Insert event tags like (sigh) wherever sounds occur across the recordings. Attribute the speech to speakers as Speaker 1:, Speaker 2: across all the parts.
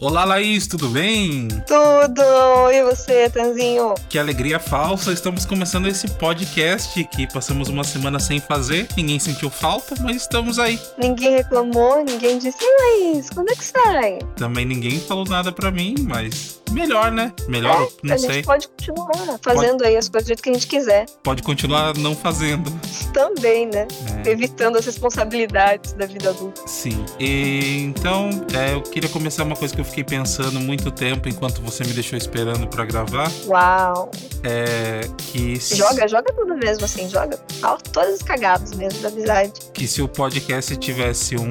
Speaker 1: Olá, Laís, tudo bem?
Speaker 2: Tudo! E você, Tanzinho?
Speaker 1: Que alegria falsa! Estamos começando esse podcast que passamos uma semana sem fazer, ninguém sentiu falta, mas estamos aí.
Speaker 2: Ninguém reclamou, ninguém disse, "Ei, Laís, quando é que sai?
Speaker 1: Também ninguém falou nada pra mim, mas melhor, né? Melhor,
Speaker 2: É,
Speaker 1: não
Speaker 2: a
Speaker 1: sei.
Speaker 2: gente pode continuar fazendo aí as coisas do jeito que a gente quiser.
Speaker 1: Pode continuar não fazendo.
Speaker 2: Também, né?
Speaker 1: É.
Speaker 2: Evitando as responsabilidades da vida adulta.
Speaker 1: Sim. E, então, é, eu queria começar uma coisa que eu fiquei pensando muito tempo enquanto você me deixou esperando pra gravar,
Speaker 2: Uau!
Speaker 1: é que se,
Speaker 2: Joga, joga tudo mesmo, assim, joga. Fala Todas as cagadas mesmo da amizade.
Speaker 1: que se o podcast tivesse um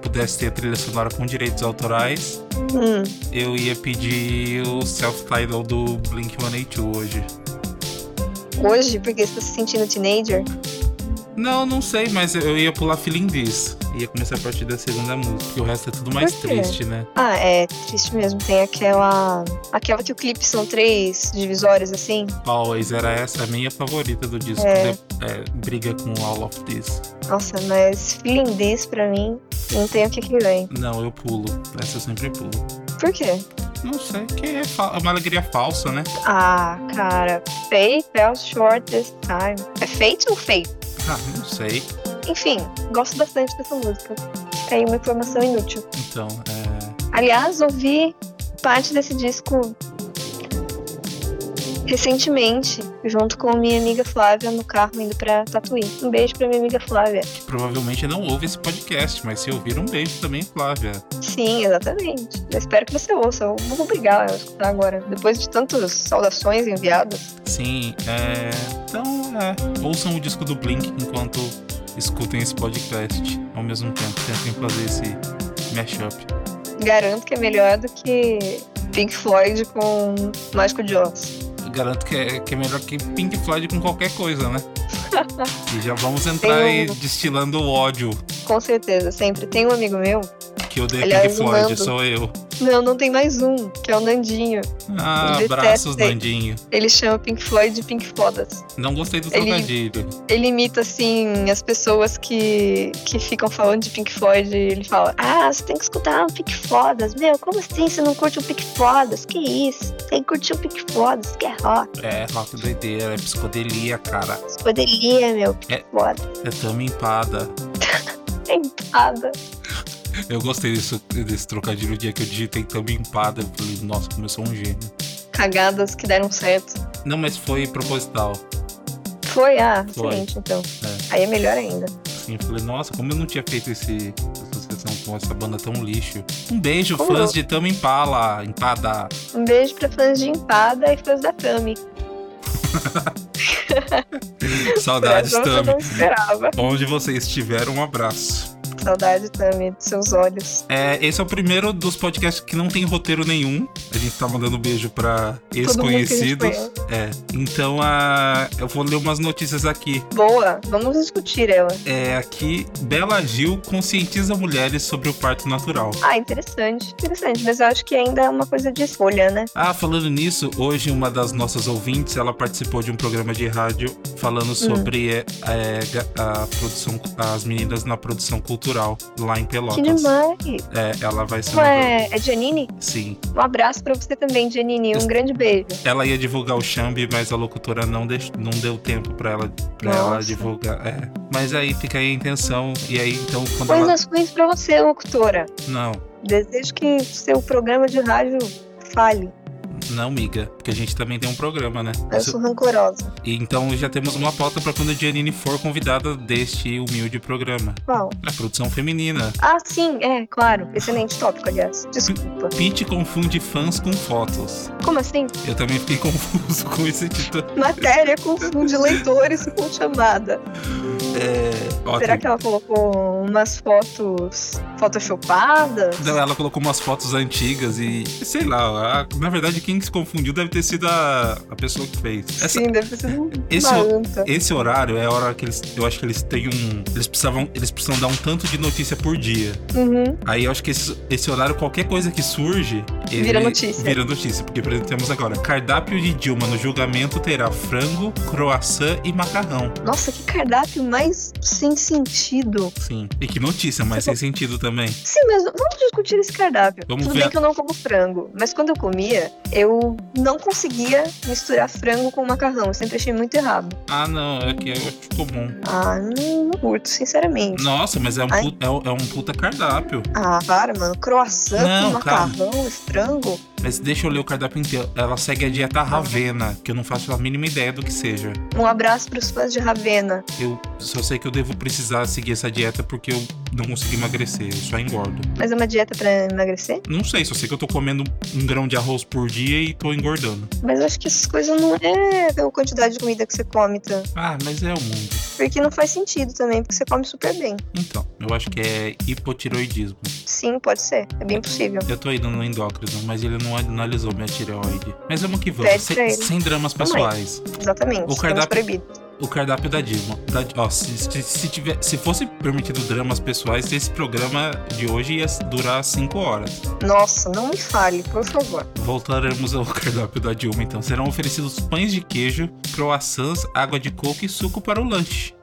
Speaker 1: pudesse ter trilha sonora com direitos autorais,
Speaker 2: Hum.
Speaker 1: eu ia pedir o self-title do Blink-182 hoje.
Speaker 2: Hoje, porque você tá se sentindo teenager,
Speaker 1: Não, não sei, mas eu ia pular Feeling This. Ia começar a partir da segunda música, porque o resto é tudo mais
Speaker 2: Por quê?
Speaker 1: triste, né?
Speaker 2: Ah, é triste mesmo. Tem aquela. Aquela que o clipe são três divisórias, assim.
Speaker 1: Always era essa a minha favorita do disco.
Speaker 2: É.
Speaker 1: de- é, briga com All of This.
Speaker 2: Nossa, mas Flindês pra mim não tem o que que vem.
Speaker 1: Não, eu pulo. Essa eu sempre pulo.
Speaker 2: Por quê?
Speaker 1: Não sei, que é fa- é uma alegria falsa, né?
Speaker 2: Ah, cara. Fate fell short this time. É Fate ou Fate?
Speaker 1: Ah, não sei.
Speaker 2: Enfim, gosto bastante dessa música. É uma informação inútil.
Speaker 1: Então, é.
Speaker 2: Aliás, ouvi parte desse disco recentemente, junto com minha amiga Flávia no carro indo pra Tatuí. Um beijo pra minha amiga Flávia.
Speaker 1: Que provavelmente não ouve esse podcast, mas se ouvir, um beijo também, Flávia.
Speaker 2: Sim, exatamente. Eu espero que você ouça. Eu vou obrigar ela a escutar agora. Depois de tantas saudações enviadas.
Speaker 1: Sim, é. Então, é. Ouçam o disco do Blink enquanto escutem esse podcast ao mesmo tempo. Tentem fazer esse mashup.
Speaker 2: Garanto que é melhor do que Pink Floyd com Mágico de Oz.
Speaker 1: Eu garanto que é, que é melhor que Pink Floyd com qualquer coisa, né? e já vamos entrar aí
Speaker 2: Tem um-
Speaker 1: destilando o ódio
Speaker 2: Com certeza, sempre. Tem um amigo meu.
Speaker 1: que odeia
Speaker 2: Aliás,
Speaker 1: Pink
Speaker 2: o
Speaker 1: Floyd,
Speaker 2: Nando.
Speaker 1: sou eu.
Speaker 2: Não, não tem mais um, que é o Nandinho.
Speaker 1: Ah,
Speaker 2: Detestei.
Speaker 1: abraços, Dandinho.
Speaker 2: Ele chama Pink Floyd de Pink Fodas.
Speaker 1: Não gostei do
Speaker 2: Ele-
Speaker 1: trocadilho.
Speaker 2: Ele imita, assim, as pessoas que, que ficam falando de Pink Floyd. e Ele fala: Ah, você tem que escutar o Pink Fodas. Meu, como assim você não curte o Pink Fodas? Que isso? Tem que curtir o Pink Fodas, que é rock.
Speaker 1: É, rock doideira, é psicodelia, cara.
Speaker 2: Escoderia, meu, Pink
Speaker 1: É.
Speaker 2: Fodas.
Speaker 1: É tama empada.
Speaker 2: Tentada.
Speaker 1: Eu gostei desse, desse trocadilho o dia que eu digitei tama empada. Eu falei, nossa, começou um gênio.
Speaker 2: Cagadas que deram certo.
Speaker 1: Não, mas foi proposital.
Speaker 2: Foi, ah,
Speaker 1: Foi.
Speaker 2: excelente, então. Aí é melhor ainda.
Speaker 1: Assim, eu falei, nossa, como eu não tinha feito esse, essa associação com essa banda tão lixo. Um beijo,
Speaker 2: Como
Speaker 1: fãs
Speaker 2: não?
Speaker 1: de Tama Impala, Empada.
Speaker 2: Um beijo pra fãs de Empada e fãs da Tami. (laughs)
Speaker 1: Saudades,
Speaker 2: Essa eu
Speaker 1: Tami.
Speaker 2: não esperava.
Speaker 1: Onde você estiver, um abraço.
Speaker 2: Saudade, Tami, dos seus olhos.
Speaker 1: É, esse é o primeiro dos podcasts que não tem roteiro nenhum. A gente tá mandando beijo pra
Speaker 2: Todo mundo que a gente
Speaker 1: ex-conhecidos.
Speaker 2: conhece.
Speaker 1: É, então ah, eu vou ler umas notícias aqui.
Speaker 2: Boa, vamos discutir ela.
Speaker 1: É aqui, Bela Gil conscientiza mulheres sobre o parto natural.
Speaker 2: Ah, interessante, interessante. Mas eu acho que ainda é uma coisa de escolha, né?
Speaker 1: Ah, falando nisso, hoje uma das nossas ouvintes, ela participou de um programa de rádio
Speaker 2: Hum.
Speaker 1: falando sobre é, é, ga- a produção, as meninas na produção cultural lá em
Speaker 2: Que
Speaker 1: Pelotas.
Speaker 2: demais.
Speaker 1: É, ela vai ser. uma-
Speaker 2: Ué, é Janine?
Speaker 1: Sim.
Speaker 2: Um abraço pra você também, Janine. Um grande beijo.
Speaker 1: Ela ia divulgar o Xambi, mas a locutora não, deix- não deu tempo pra ela, pra ela
Speaker 2: Nossa.
Speaker 1: divulgar. é. Mas aí fica aí a intenção. E aí, então, quando ela.
Speaker 2: Coisas ruins pra você, locutora.
Speaker 1: Não,
Speaker 2: Desejo que seu programa de rádio fale.
Speaker 1: não, miga. Porque a gente também tem um programa, né?
Speaker 2: Eu
Speaker 1: Isso-
Speaker 2: sou rancorosa.
Speaker 1: e Então já temos uma pauta pra quando a Janine for convidada deste humilde programa.
Speaker 2: Qual?
Speaker 1: A produção feminina.
Speaker 2: Ah, sim, é, claro. Excelente tópico, aliás. Desculpa.
Speaker 1: Pete confunde fãs com fotos.
Speaker 2: Como assim?
Speaker 1: Eu também fiquei (laughs) confuso com esse título.
Speaker 2: Matéria confunde leitores com chamada.
Speaker 1: É. Ó,
Speaker 2: Será
Speaker 1: tem-
Speaker 2: que ela colocou umas fotos photoshopadas?
Speaker 1: Não, Ela colocou umas fotos antigas e. sei lá, a- na verdade quem se confundiu deve ter sido a, a pessoa que fez. Essa-
Speaker 2: Sim, deve ser um
Speaker 1: esse-
Speaker 2: uma anta.
Speaker 1: esse horário é a hora que eles. Eu acho que eles têm um. Eles precisavam. Eles precisam dar um tanto de notícia por dia.
Speaker 2: Uhum.
Speaker 1: Aí eu acho que esse, esse horário, qualquer coisa que surge, ele
Speaker 2: Vira notícia.
Speaker 1: Vira notícia, porque por exemplo, temos agora: cardápio de Dilma no julgamento terá frango, croissant e macarrão.
Speaker 2: Nossa, que cardápio mais sem sentido.
Speaker 1: Sim. E que notícia, mas sem sentido também.
Speaker 2: Sim, mas vamos discutir esse cardápio.
Speaker 1: Vamos
Speaker 2: Tudo
Speaker 1: ver
Speaker 2: bem
Speaker 1: a-
Speaker 2: que eu não como frango, mas quando eu comia, eu não conseguia misturar frango com macarrão. Eu sempre achei muito errado.
Speaker 1: Ah, não, é que eu acho comum.
Speaker 2: Ah, não, não curto, sinceramente.
Speaker 1: Nossa, mas é um,
Speaker 2: Ai.
Speaker 1: puta, é, um- é um puta cardápio.
Speaker 2: Ah, para, mano. Croissant
Speaker 1: Não,
Speaker 2: com macarrão e frango?
Speaker 1: Mas deixa eu ler o cardápio inteiro. Ela segue a dieta Ravena, que eu não faço a mínima ideia do que seja.
Speaker 2: Um abraço pros fãs de Ravena.
Speaker 1: Eu só sei que eu devo precisar seguir essa dieta porque eu não consegui emagrecer, eu só engordo.
Speaker 2: Mas é uma dieta pra emagrecer?
Speaker 1: Não sei, só sei que eu tô comendo um grão de arroz por dia e tô engordando.
Speaker 2: Mas eu acho que essas coisas não é pela quantidade de comida que você come, tá?
Speaker 1: Ah, mas é o mundo.
Speaker 2: Porque não faz sentido também, porque você come super bem.
Speaker 1: Então, eu acho que é hipotiroidismo.
Speaker 2: Sim, pode ser. É bem possível.
Speaker 1: Eu tô indo no endócrino, mas ele não analisou minha tireoide. Mas vamos que vamos,
Speaker 2: Pede pra
Speaker 1: sem,
Speaker 2: ele.
Speaker 1: sem dramas
Speaker 2: Vamos
Speaker 1: pessoais.
Speaker 2: Exatamente.
Speaker 1: O cardápio-
Speaker 2: Estamos proibidos.
Speaker 1: o cardápio da Dilma. Da- ó, se, se- se tiver, se fosse permitido dramas pessoais, esse programa de hoje ia durar 5 horas.
Speaker 2: Nossa, não me fale, por favor.
Speaker 1: Voltaremos ao (laughs) cardápio da Dilma, então. Serão oferecidos pães de queijo, croissants, água de coco e suco para o lanche.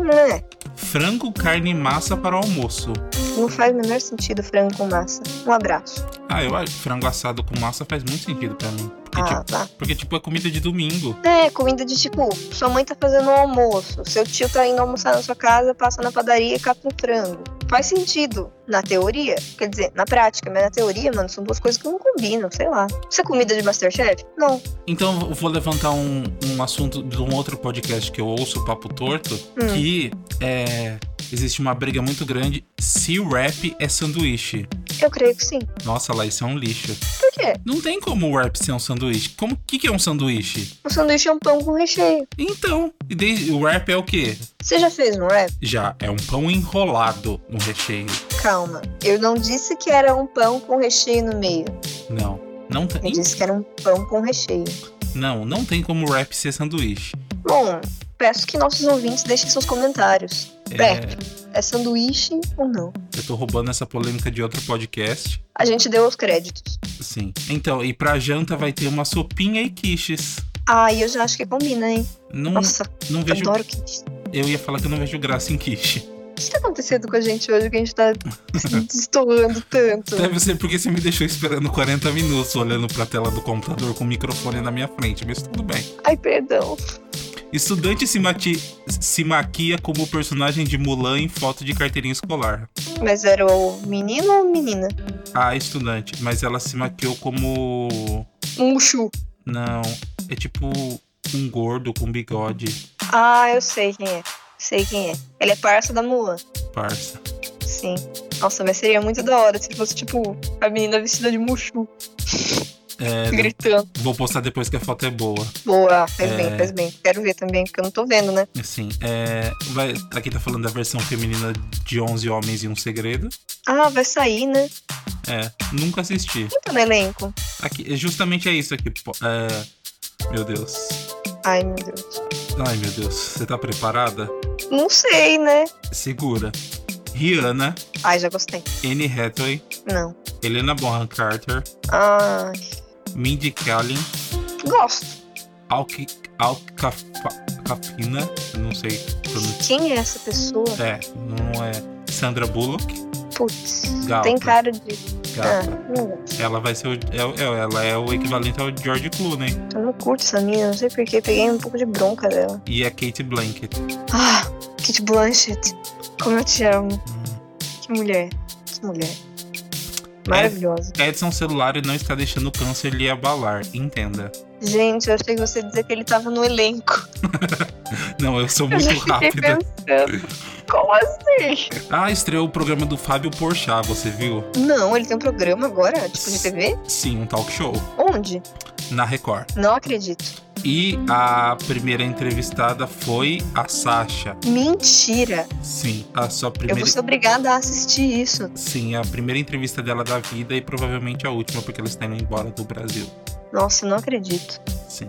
Speaker 2: Né?
Speaker 1: Frango, carne e massa para o almoço.
Speaker 2: Não faz o menor sentido frango com massa. Um abraço.
Speaker 1: Ah, eu acho que frango assado com massa faz muito sentido pra mim. Porque,
Speaker 2: Ah,
Speaker 1: tipo,
Speaker 2: tá.
Speaker 1: porque, tipo, é comida de domingo.
Speaker 2: É, comida de tipo, sua mãe tá fazendo um almoço, seu tio tá indo almoçar na sua casa, passa na padaria e cata um frango. Faz sentido, na teoria. Quer dizer, na prática, mas na teoria, mano, são duas coisas que não combinam, sei lá. Isso é comida de Masterchef? Não.
Speaker 1: Então, eu vou levantar um, um assunto de um outro podcast que eu ouço, o Papo Torto,
Speaker 2: Hum.
Speaker 1: que é, existe uma briga muito grande se rap é sanduíche.
Speaker 2: Eu creio que sim.
Speaker 1: Nossa, lá, isso é um lixo.
Speaker 2: Por quê?
Speaker 1: Não tem como o rap ser um sanduíche. Como que, que é um sanduíche?
Speaker 2: O sanduíche é um pão com recheio.
Speaker 1: Então, e de- o rap é o quê?
Speaker 2: Você já fez um wrap?
Speaker 1: Já é um pão enrolado no recheio.
Speaker 2: Calma. Eu não disse que era um pão com recheio no meio.
Speaker 1: Não, não
Speaker 2: Eu
Speaker 1: tem.
Speaker 2: disse que era um pão com recheio.
Speaker 1: Não, não tem como o rap ser sanduíche.
Speaker 2: Bom, peço que nossos ouvintes deixem seus comentários. Rap. É sanduíche ou não?
Speaker 1: eu tô roubando essa polêmica de outro podcast.
Speaker 2: A gente deu os créditos.
Speaker 1: Sim. Então, e pra janta vai ter uma sopinha e quiches.
Speaker 2: Ai, eu já acho que combina, hein?
Speaker 1: Não,
Speaker 2: Nossa,
Speaker 1: não
Speaker 2: eu
Speaker 1: Hum, vejo.
Speaker 2: adoro quiche.
Speaker 1: Eu ia falar que eu não vejo graça em quiche.
Speaker 2: O que tá acontecendo com a gente hoje que a gente tá
Speaker 1: (laughs)
Speaker 2: se estourando tanto?
Speaker 1: Deve ser porque você me deixou esperando 40 minutos olhando pra tela do computador com o microfone na minha frente, mas tudo bem.
Speaker 2: Ai, perdão.
Speaker 1: Estudante se, mati... se maquia como personagem de Mulan em foto de carteirinha escolar.
Speaker 2: Mas era o menino ou menina?
Speaker 1: A estudante, mas ela se maquiou como.
Speaker 2: Um Mushu.
Speaker 1: Não, é tipo um gordo com bigode,
Speaker 2: Ah, eu sei quem é. Sei quem é. Ele é parça da Mulan.
Speaker 1: parça.
Speaker 2: Sim. Nossa, mas seria muito da hora se fosse, tipo, a menina vestida de Mushu, (laughs)
Speaker 1: É,
Speaker 2: gritando.
Speaker 1: vou postar depois que a foto é boa.
Speaker 2: Boa, faz
Speaker 1: É.
Speaker 2: bem, faz bem. Quero ver também, porque eu não tô vendo, né?
Speaker 1: Assim, é. Vai... Aqui tá falando da versão feminina de 11 Homens e um Segredo.
Speaker 2: Ah, vai sair, né?
Speaker 1: É, nunca assisti.
Speaker 2: Quem tá no elenco?
Speaker 1: Aqui, justamente é isso aqui. pô. É... Meu Deus.
Speaker 2: Ai, meu Deus.
Speaker 1: Ai, meu Deus. Você tá preparada?
Speaker 2: Não sei, né?
Speaker 1: Segura. Rihanna,
Speaker 2: Ai, já gostei.
Speaker 1: Anne Hathaway,
Speaker 2: Não.
Speaker 1: Helena Bonham Carter,
Speaker 2: Ai,
Speaker 1: Mindy Kaling,
Speaker 2: gosto.
Speaker 1: Alki... Alcafina, não sei pronunciar.
Speaker 2: Quem é essa pessoa?
Speaker 1: É, não é. Sandra Bullock,
Speaker 2: Putz,
Speaker 1: Gata.
Speaker 2: tem cara de. Ah,
Speaker 1: gata.
Speaker 2: não gosto.
Speaker 1: Ela vai ser o... é- é- Ela é o equivalente ao George Clooney.
Speaker 2: Eu não curto essa mina, não sei porquê. Peguei um pouco de bronca dela.
Speaker 1: E a Kate Blanket.
Speaker 2: Ah, Kate Blanchett. Como eu te amo. Que mulher. Que mulher.
Speaker 1: É.
Speaker 2: Maravilhosa.
Speaker 1: Edson celular e não está deixando o câncer lhe abalar. Entenda.
Speaker 2: Gente, eu achei que você ia dizer que ele tava no elenco.
Speaker 1: Não, eu sou
Speaker 2: eu já
Speaker 1: muito
Speaker 2: fiquei
Speaker 1: rápida.
Speaker 2: pensando. Como assim?
Speaker 1: Ah, estreou o programa do Fábio Porchat, você viu?
Speaker 2: Não, ele tem um programa agora, tipo de TV?
Speaker 1: Sim, um talk show
Speaker 2: Onde?
Speaker 1: na Record.
Speaker 2: Não acredito.
Speaker 1: E a primeira entrevistada foi a Sasha.
Speaker 2: Mentira.
Speaker 1: Sim, a sua
Speaker 2: Eu
Speaker 1: primeira
Speaker 2: vou ser obrigada a assistir isso.
Speaker 1: Sim, a primeira entrevista dela da vida e provavelmente a última porque ela está indo embora do Brasil.
Speaker 2: Nossa, eu não acredito.
Speaker 1: Sim.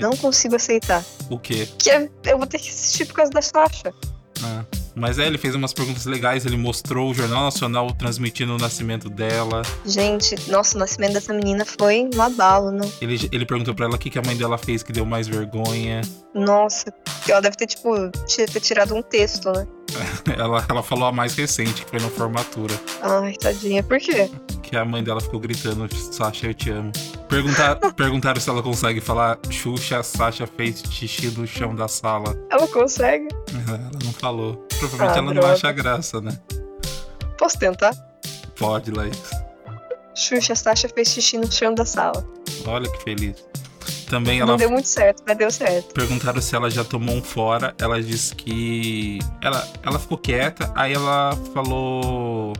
Speaker 2: Não consigo aceitar.
Speaker 1: O quê?
Speaker 2: Que é- eu vou ter que assistir por causa da Sasha.
Speaker 1: Ah, Mas é, ele fez umas perguntas legais, ele mostrou o Jornal Nacional transmitindo o nascimento dela.
Speaker 2: Gente, nossa, o nascimento dessa menina foi um abalo, né?
Speaker 1: Ele, ele perguntou pra ela o que, que a mãe dela fez que deu mais vergonha. (laughs)
Speaker 2: Nossa, ela deve ter, tipo, t- ter tirado um texto, né?
Speaker 1: Ela, ela falou a mais recente, que foi na formatura.
Speaker 2: Ai, tadinha, por quê?
Speaker 1: Que a mãe dela ficou gritando, Sasha, eu te amo. Perguntar,
Speaker 2: (laughs)
Speaker 1: perguntaram se ela consegue falar Xuxa, Sasha fez xixi no chão da sala.
Speaker 2: Ela consegue?
Speaker 1: Ela não falou. Provavelmente
Speaker 2: Ah,
Speaker 1: ela não
Speaker 2: droga.
Speaker 1: acha graça, né?
Speaker 2: Posso tentar?
Speaker 1: Pode, Laís.
Speaker 2: Xuxa, Sasha fez xixi no chão da sala.
Speaker 1: Olha que feliz. Também
Speaker 2: Não
Speaker 1: ela
Speaker 2: deu muito certo, mas deu certo.
Speaker 1: Perguntaram se ela já tomou um fora. Ela disse que. Ela, ela ficou quieta, aí ela falou.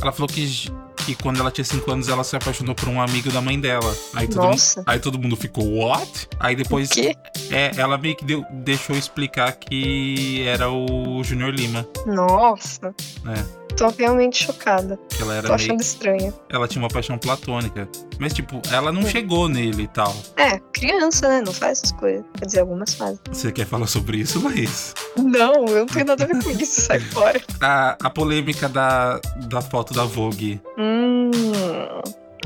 Speaker 1: Ela falou que, j- que quando ela tinha 5 anos ela se apaixonou por um amigo da mãe dela. Aí todo, mundo,
Speaker 2: Nossa,
Speaker 1: aí todo mundo ficou, what? Aí depois.
Speaker 2: que?
Speaker 1: É, ela meio que deu- deixou eu explicar que era o Junior Lima.
Speaker 2: Nossa.
Speaker 1: É.
Speaker 2: Tô realmente chocada.
Speaker 1: Que ela
Speaker 2: Tô
Speaker 1: era meio,
Speaker 2: achando estranho.
Speaker 1: Ela tinha uma paixão platônica. Mas, tipo, ela não chegou nele e tal.
Speaker 2: É, criança, né? Não faz essas coisas. Quer dizer, algumas fazem.
Speaker 1: Você quer falar sobre isso, Laís?
Speaker 2: Não, eu não tenho nada a ver com
Speaker 1: (laughs)
Speaker 2: isso. Sai fora.
Speaker 1: A, a polêmica da, da foto da Vogue.
Speaker 2: Hum.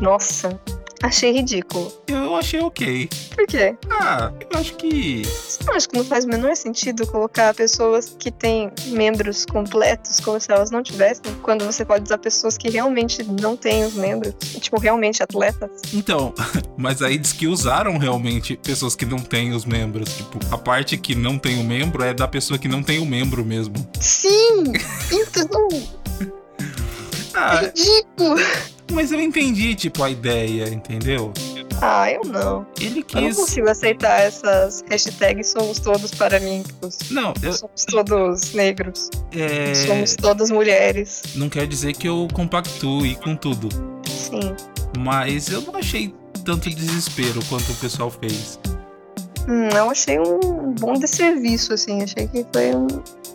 Speaker 2: Nossa. Achei ridículo.
Speaker 1: Eu achei ok.
Speaker 2: Por quê?
Speaker 1: Ah, eu acho que.
Speaker 2: Você não acha que não faz o menor sentido colocar pessoas que têm membros completos como se elas não tivessem? Quando você pode usar pessoas que realmente não têm os membros? Tipo, realmente atletas?
Speaker 1: Então, (laughs) mas aí diz que usaram realmente pessoas que não têm os membros. Tipo, a parte que não tem o membro é da pessoa que não tem o membro mesmo.
Speaker 2: Sim! (laughs) Então, é
Speaker 1: Ah,
Speaker 2: ridículo!
Speaker 1: mas eu entendi, tipo, a ideia, entendeu?
Speaker 2: Ah, eu não.
Speaker 1: Ele
Speaker 2: Eu não
Speaker 1: quis.
Speaker 2: consigo aceitar essas hashtags somos todos paralímpicos.
Speaker 1: Não, eu,
Speaker 2: Somos todos negros.
Speaker 1: é,
Speaker 2: Somos todas mulheres.
Speaker 1: não quer dizer que eu compactue com tudo.
Speaker 2: Sim.
Speaker 1: Mas eu não achei tanto desespero quanto o pessoal fez.
Speaker 2: Hum, eu achei um bom desserviço, assim. Achei que foi um,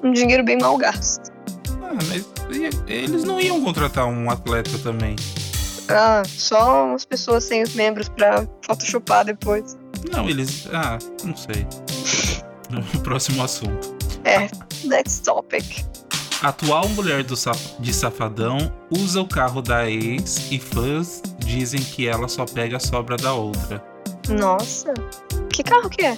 Speaker 2: um dinheiro bem mal gasto.
Speaker 1: Ah, mas e- eles não iam contratar um atleta também.
Speaker 2: Ah, só umas pessoas sem os membros pra photoshopar depois.
Speaker 1: Não, eles. Ah, não sei. (laughs) Próximo assunto.
Speaker 2: É, that's topic.
Speaker 1: A atual mulher do saf- de Safadão usa o carro da ex e fãs dizem que ela só pega a sobra da outra.
Speaker 2: Nossa. Que carro que é?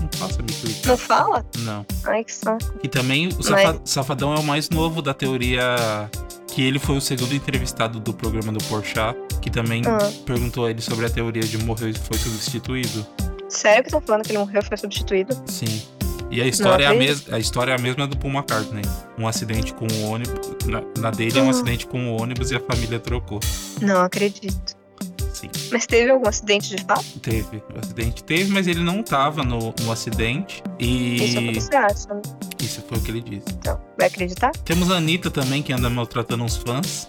Speaker 1: Não faça me clicar.
Speaker 2: Não fala?
Speaker 1: Não.
Speaker 2: Ai, que saco.
Speaker 1: E também o Safa- Safadão é o mais novo da teoria que ele foi o segundo entrevistado do programa do Porchat, que também
Speaker 2: Ah,
Speaker 1: perguntou a ele sobre a teoria de morreu e foi substituído.
Speaker 2: sério que estão falando que ele morreu e foi substituído?
Speaker 1: Sim. E a história, é a,
Speaker 2: Não, tem-
Speaker 1: mes a história é a mesma do Paul McCartney. Um acidente com o ônibus. Na, na dele é um
Speaker 2: Ah.
Speaker 1: acidente com o ônibus e a família trocou.
Speaker 2: Não acredito.
Speaker 1: Sim,
Speaker 2: Mas teve algum acidente de fato?
Speaker 1: teve. O acidente teve, mas ele não tava no, no acidente.
Speaker 2: Isso é o que
Speaker 1: E.
Speaker 2: você acha, né?
Speaker 1: Isso foi o que ele disse.
Speaker 2: Então, vai acreditar?
Speaker 1: Temos a Anitta também, que anda maltratando os fãs.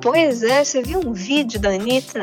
Speaker 2: Pois é, você viu um vídeo da
Speaker 1: (laughs)
Speaker 2: Anitta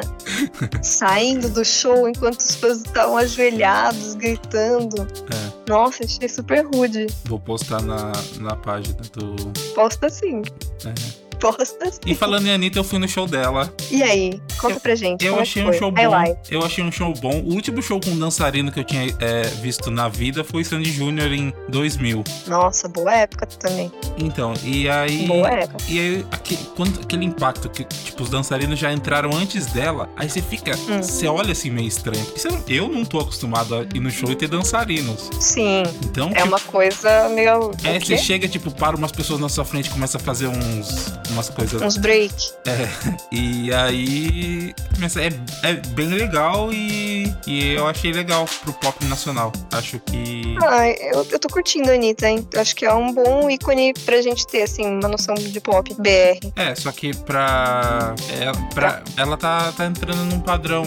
Speaker 2: saindo do show enquanto os fãs estavam ajoelhados, gritando.
Speaker 1: É.
Speaker 2: Nossa, achei super rude.
Speaker 1: Vou postar na, na página do.
Speaker 2: Posta sim,
Speaker 1: é.
Speaker 2: posta sim.
Speaker 1: E falando em Anitta, eu fui no show dela.
Speaker 2: E aí, conta pra gente.
Speaker 1: Eu
Speaker 2: como é
Speaker 1: achei
Speaker 2: que
Speaker 1: um
Speaker 2: foi?
Speaker 1: show bom.
Speaker 2: Highlight.
Speaker 1: Eu achei um show bom. O último show com dançarino que eu tinha é, visto na vida foi Sandy Júnior em 2000.
Speaker 2: Nossa, boa época também.
Speaker 1: Então, e aí.
Speaker 2: Boa época.
Speaker 1: E aí, aquele, quando, aquele impacto que, tipo, os dançarinos já entraram antes dela, aí você fica.
Speaker 2: Hum.
Speaker 1: Você olha assim meio estranho. Porque você não- eu não tô acostumado a ir no show e ter dançarinos.
Speaker 2: Sim,
Speaker 1: Então,
Speaker 2: é
Speaker 1: tipo.
Speaker 2: uma coisa meio.
Speaker 1: Aí
Speaker 2: o
Speaker 1: você
Speaker 2: quê?
Speaker 1: chega, tipo, para umas pessoas na sua frente e começa a fazer uns. umas coisas.
Speaker 2: Uns break.
Speaker 1: E aí. Começa, é, é bem legal e. E eu achei legal pro pop nacional. Acho que.
Speaker 2: Ah, eu, eu tô curtindo a Anitta, hein? Eu Acho que é um bom ícone pra gente ter, assim, uma noção de pop BR.
Speaker 1: É, só que pra. É, pra ela tá, tá entrando num padrão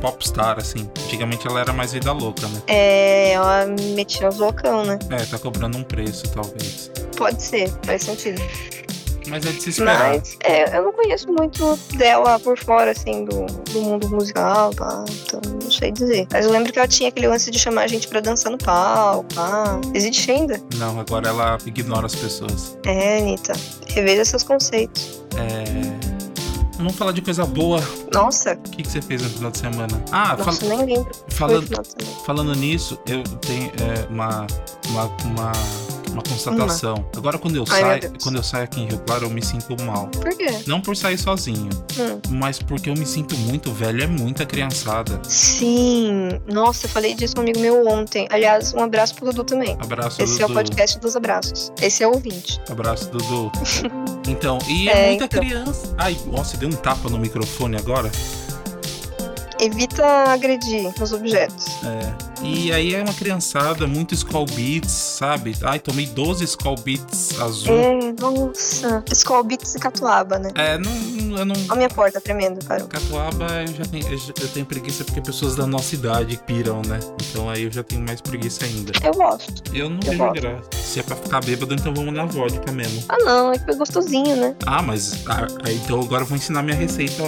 Speaker 1: popstar, assim. Antigamente ela era mais vida louca, né?
Speaker 2: É, ela metia os loucão, né?
Speaker 1: É, tá cobrando um preço, talvez.
Speaker 2: Pode ser, faz sentido.
Speaker 1: Mas é de se esperar.
Speaker 2: Mas é, eu não conheço muito dela por fora, assim, do, do mundo musical, pá, então não sei dizer. Mas eu lembro que ela tinha aquele lance de chamar a gente pra dançar no pau, pá. Existe ainda?
Speaker 1: Não, agora ela ignora as pessoas.
Speaker 2: É, Anitta, reveja seus conceitos.
Speaker 1: Vamos falar de coisa boa.
Speaker 2: Nossa,
Speaker 1: O que, que você fez no final de semana? Ah, fal-
Speaker 2: nossa, nem lembro. Foi
Speaker 1: falando,
Speaker 2: final de semana.
Speaker 1: falando nisso, eu tenho é, uma, uma, uma uma constatação. Agora quando eu
Speaker 2: Ai, meu
Speaker 1: saio,
Speaker 2: Deus.
Speaker 1: quando eu saio aqui em Rio Claro, eu me sinto mal.
Speaker 2: Por quê?
Speaker 1: Não por sair sozinho,
Speaker 2: Hum.
Speaker 1: mas porque eu me sinto muito velho, é muita criançada.
Speaker 2: Sim. Nossa, eu falei disso com um amigo meu ontem. Aliás, um abraço pro Dudu também.
Speaker 1: Abraço
Speaker 2: Esse é o
Speaker 1: Dudu.
Speaker 2: podcast dos abraços. Esse é o ouvinte.
Speaker 1: Abraço
Speaker 2: (laughs)
Speaker 1: Dudu. Então, e é,
Speaker 2: É,
Speaker 1: muita
Speaker 2: então.
Speaker 1: criança. Ai, nossa, deu um tapa no microfone agora.
Speaker 2: Evita agredir nos objetos.
Speaker 1: E aí é uma criançada, muito Skull Beats, sabe? Ai, tomei 12 Skull Beats azul.
Speaker 2: É, nossa. Skull Beats e Catuaba, né?
Speaker 1: É, não, não- eu não.
Speaker 2: Olha a minha porta tremendo, cara.
Speaker 1: Catuaba eu já tenho, eu já- eu tenho preguiça porque pessoas da nossa idade piram, né? Então aí eu já tenho mais preguiça ainda.
Speaker 2: Eu gosto.
Speaker 1: Eu não
Speaker 2: Eu
Speaker 1: vejo
Speaker 2: gosto.
Speaker 1: graça. Se é pra ficar bêbado, então vamos na vodka mesmo.
Speaker 2: Ah, não. É que foi gostosinho, né?
Speaker 1: Ah, mas ah, ah, então agora eu vou ensinar minha receita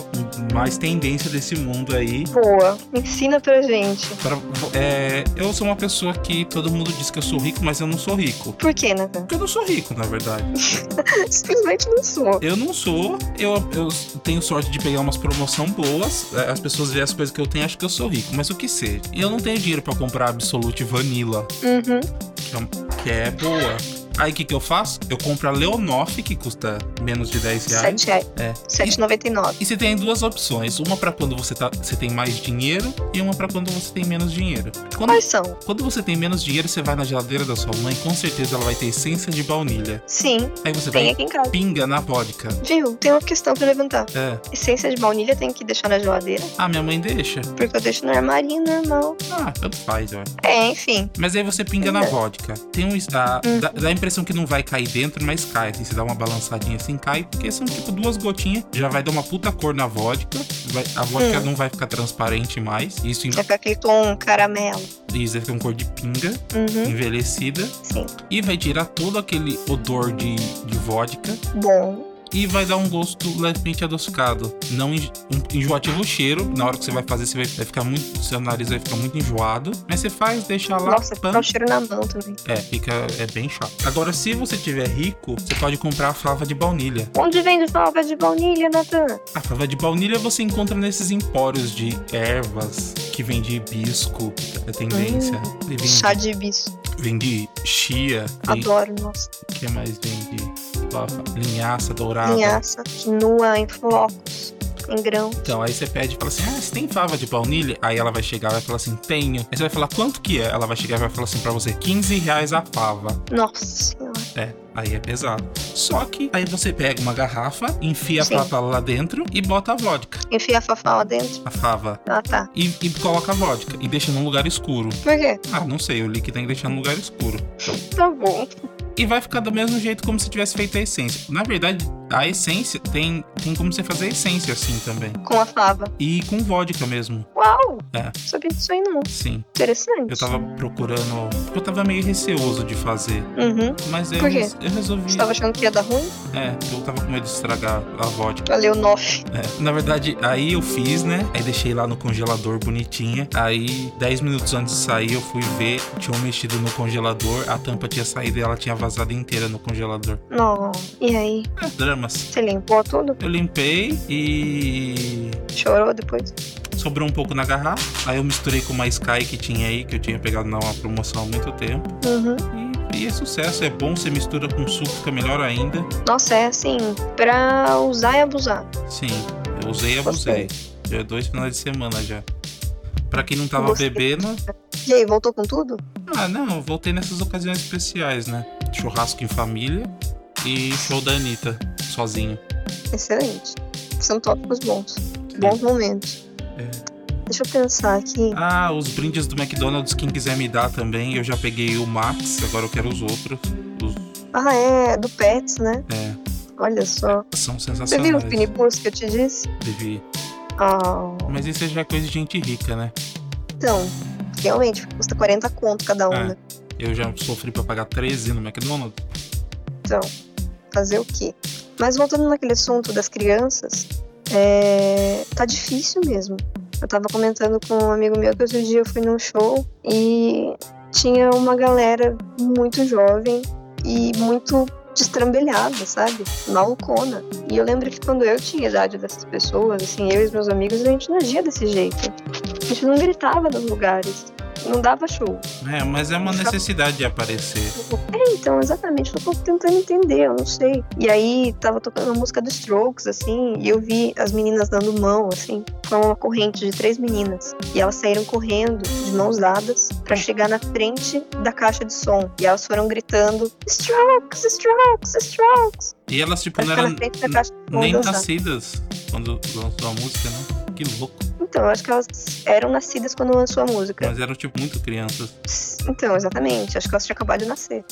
Speaker 1: mais tendência desse mundo aí.
Speaker 2: Boa. Me ensina pra gente.
Speaker 1: Pra- é, eu sou uma pessoa que todo mundo diz que eu sou rico, mas eu não sou rico.
Speaker 2: Por quê, Nathan?
Speaker 1: Porque eu não sou rico, na verdade.
Speaker 2: (laughs) Simplesmente não sou.
Speaker 1: Eu não sou, eu, eu tenho sorte de pegar umas promoção boas. é, As pessoas veem as coisas que eu tenho e acham que eu sou rico, mas o que seja. E eu não tenho dinheiro pra comprar Absolute Vanilla,
Speaker 2: Uhum.
Speaker 1: que é, um- que é boa. Aí o que, que eu faço? Eu compro a Leonoff, que custa menos de 10 reais.
Speaker 2: Sete reais.
Speaker 1: É.
Speaker 2: 7,99.
Speaker 1: E você tem duas opções, uma pra quando você, tá, você tem mais dinheiro e uma pra quando você tem menos dinheiro. Quando,
Speaker 2: Quais são?
Speaker 1: quando você tem menos dinheiro, você vai na geladeira da sua mãe, com certeza ela vai ter essência de baunilha.
Speaker 2: Sim,
Speaker 1: Aí você vai
Speaker 2: tem
Speaker 1: e
Speaker 2: aqui em casa.
Speaker 1: pinga na vodka.
Speaker 2: Viu? Tem uma questão pra levantar.
Speaker 1: É.
Speaker 2: Essência de baunilha tem que deixar na geladeira,
Speaker 1: Ah, minha mãe deixa.
Speaker 2: porque eu deixo no armarinho normal.
Speaker 1: Ah, tanto faz, ó.
Speaker 2: É, enfim.
Speaker 1: Mas aí você pinga
Speaker 2: É.
Speaker 1: na vodka. Tem um. Dá, dá, dá a impressão que não vai cair dentro, mas cai. Assim, você dá uma balançadinha assim, cai, porque são tipo duas gotinhas. Já vai dar uma puta cor na vodka. vai- a vodka
Speaker 2: Hum.
Speaker 1: não vai ficar transparente mais. Isso em-
Speaker 2: Vai ficar aquele tom caramelo.
Speaker 1: isso vai ficar com cor de pinga,
Speaker 2: É. Uhum,
Speaker 1: envelhecida.
Speaker 2: sim.
Speaker 1: E vai tirar todo aquele odor de, de vodka.
Speaker 2: Bom.
Speaker 1: E vai dar um gosto levemente adocicado. Não enjo- um enjoativo o cheiro. Na hora que você vai fazer, você vai, vai ficar muito. Seu nariz vai ficar muito enjoado. Mas você faz, deixa lá.
Speaker 2: Nossa,
Speaker 1: pam,
Speaker 2: fica um cheiro na mão também.
Speaker 1: É, fica é bem chato. Agora, se você tiver rico, você pode comprar a fava de baunilha.
Speaker 2: Onde vende fava de baunilha, Natan?
Speaker 1: A fava de baunilha você encontra nesses empórios de ervas que vende hibisco, é tendência. E vende,
Speaker 2: Hum, Chá de hibisco.
Speaker 1: vende chia, vende,
Speaker 2: Adoro, nossa.
Speaker 1: o que mais vende? Fava- Linhaça dourada.
Speaker 2: Linhaça, quinua em flocos, em grão.
Speaker 1: Então, aí você pede e fala assim: Ah, você tem fava de baunilha? Aí ela vai chegar e vai falar assim: Tenho. Aí você vai falar: Quanto que é? Ela vai chegar e vai falar assim pra você: 15 reais a fava.
Speaker 2: Nossa senhora.
Speaker 1: É, aí é pesado. Só que aí você pega uma garrafa, enfia
Speaker 2: Sim.
Speaker 1: a fava lá dentro e bota a vodka,
Speaker 2: Enfia a fafá lá dentro.
Speaker 1: a fava.
Speaker 2: Ah, tá.
Speaker 1: E, e coloca a vodka e deixa num lugar escuro.
Speaker 2: Por quê?
Speaker 1: Ah, não sei, eu li que tem que deixar num lugar escuro.
Speaker 2: Tá bom.
Speaker 1: E vai ficar do mesmo jeito como se tivesse feito a essência. Na verdade, a essência tem, tem como você fazer a essência assim também.
Speaker 2: Com a fava.
Speaker 1: E com vodka mesmo.
Speaker 2: Uau!
Speaker 1: É.
Speaker 2: Sabia disso aí não.
Speaker 1: Sim.
Speaker 2: Interessante.
Speaker 1: Eu tava procurando. Eu tava meio receoso de fazer.
Speaker 2: Uhum.
Speaker 1: Mas eu,
Speaker 2: Por quê?
Speaker 1: eu resolvi.
Speaker 2: Você tava achando que ia dar ruim?
Speaker 1: É, eu tava com medo de estragar a vodka.
Speaker 2: Valeu, Nof.
Speaker 1: É, Na verdade, aí eu fiz, né? Aí deixei lá no congelador bonitinha. Aí, 10 minutos antes de sair, eu fui ver. Tinham mexido no congelador, a tampa tinha saído e ela tinha vazado inteira no congelador.
Speaker 2: Não. E aí?
Speaker 1: É, dramas.
Speaker 2: Você limpou tudo?
Speaker 1: Eu limpei e.
Speaker 2: Chorou depois?
Speaker 1: Sobrou um pouco na garrafa. Aí eu misturei com uma Sky que tinha aí, que eu tinha pegado numa promoção há muito tempo.
Speaker 2: Uhum.
Speaker 1: E, e é sucesso, é bom, você mistura com suco, fica melhor ainda.
Speaker 2: Nossa, é assim, pra usar e abusar.
Speaker 1: Sim, eu usei e abusei. Já é dois finais de semana já. Pra quem não tava
Speaker 2: Gostei.
Speaker 1: bebendo,
Speaker 2: E aí, voltou com tudo?
Speaker 1: Ah, não, eu voltei nessas ocasiões especiais, né? Churrasco em família e show da Anitta, sozinho.
Speaker 2: Excelente. São tópicos bons. Bons
Speaker 1: É.
Speaker 2: momentos. Deixa eu pensar aqui.
Speaker 1: Ah, os brindes do McDonald's, quem quiser me dar também, eu já peguei o Max, agora eu quero os outros. Os-
Speaker 2: Ah, é, do Pets, né?
Speaker 1: é,
Speaker 2: Olha só.
Speaker 1: são
Speaker 2: Você viu
Speaker 1: sensacionais.
Speaker 2: o Pini Bus que eu te disse?
Speaker 1: Vivi.
Speaker 2: Ah,
Speaker 1: Mas isso já é coisa de gente rica, né?
Speaker 2: então. Realmente, custa 40 conto cada um,
Speaker 1: É.
Speaker 2: né?
Speaker 1: Eu já sofri pra pagar 13 no McDonald's.
Speaker 2: Então, fazer o quê? Mas voltando naquele assunto das crianças, é... tá difícil mesmo. Eu tava comentando com um amigo meu que outro dia eu fui num show e tinha uma galera muito jovem e muito destrambelhada, sabe? Malucona. E eu lembro que quando eu tinha idade dessas pessoas, assim, eu e os meus amigos, a gente não agia desse jeito. A gente não gritava nos lugares. não dava show.
Speaker 1: É, mas é
Speaker 2: Tá.
Speaker 1: uma necessidade de aparecer.
Speaker 2: É, então, exatamente, eu tô tentando entender, eu não sei. E aí tava tocando a música dos Strokes, assim, e eu vi as meninas dando mão, assim, com uma corrente de três meninas. E elas saíram correndo, de mãos dadas, pra chegar na frente da caixa de som. E elas foram gritando: Strokes, Strokes, Strokes!
Speaker 1: E elas, tipo,
Speaker 2: Pra
Speaker 1: não
Speaker 2: ficar
Speaker 1: eram
Speaker 2: na frente da caixa de som.
Speaker 1: nem
Speaker 2: dançar.
Speaker 1: nascidas quando lançou a música, né? Que louco.
Speaker 2: Então, eu acho que elas eram nascidas quando lançou a música.
Speaker 1: Mas eram, tipo, muito crianças.
Speaker 2: Então, exatamente. Acho que elas tinham acabado de nascer.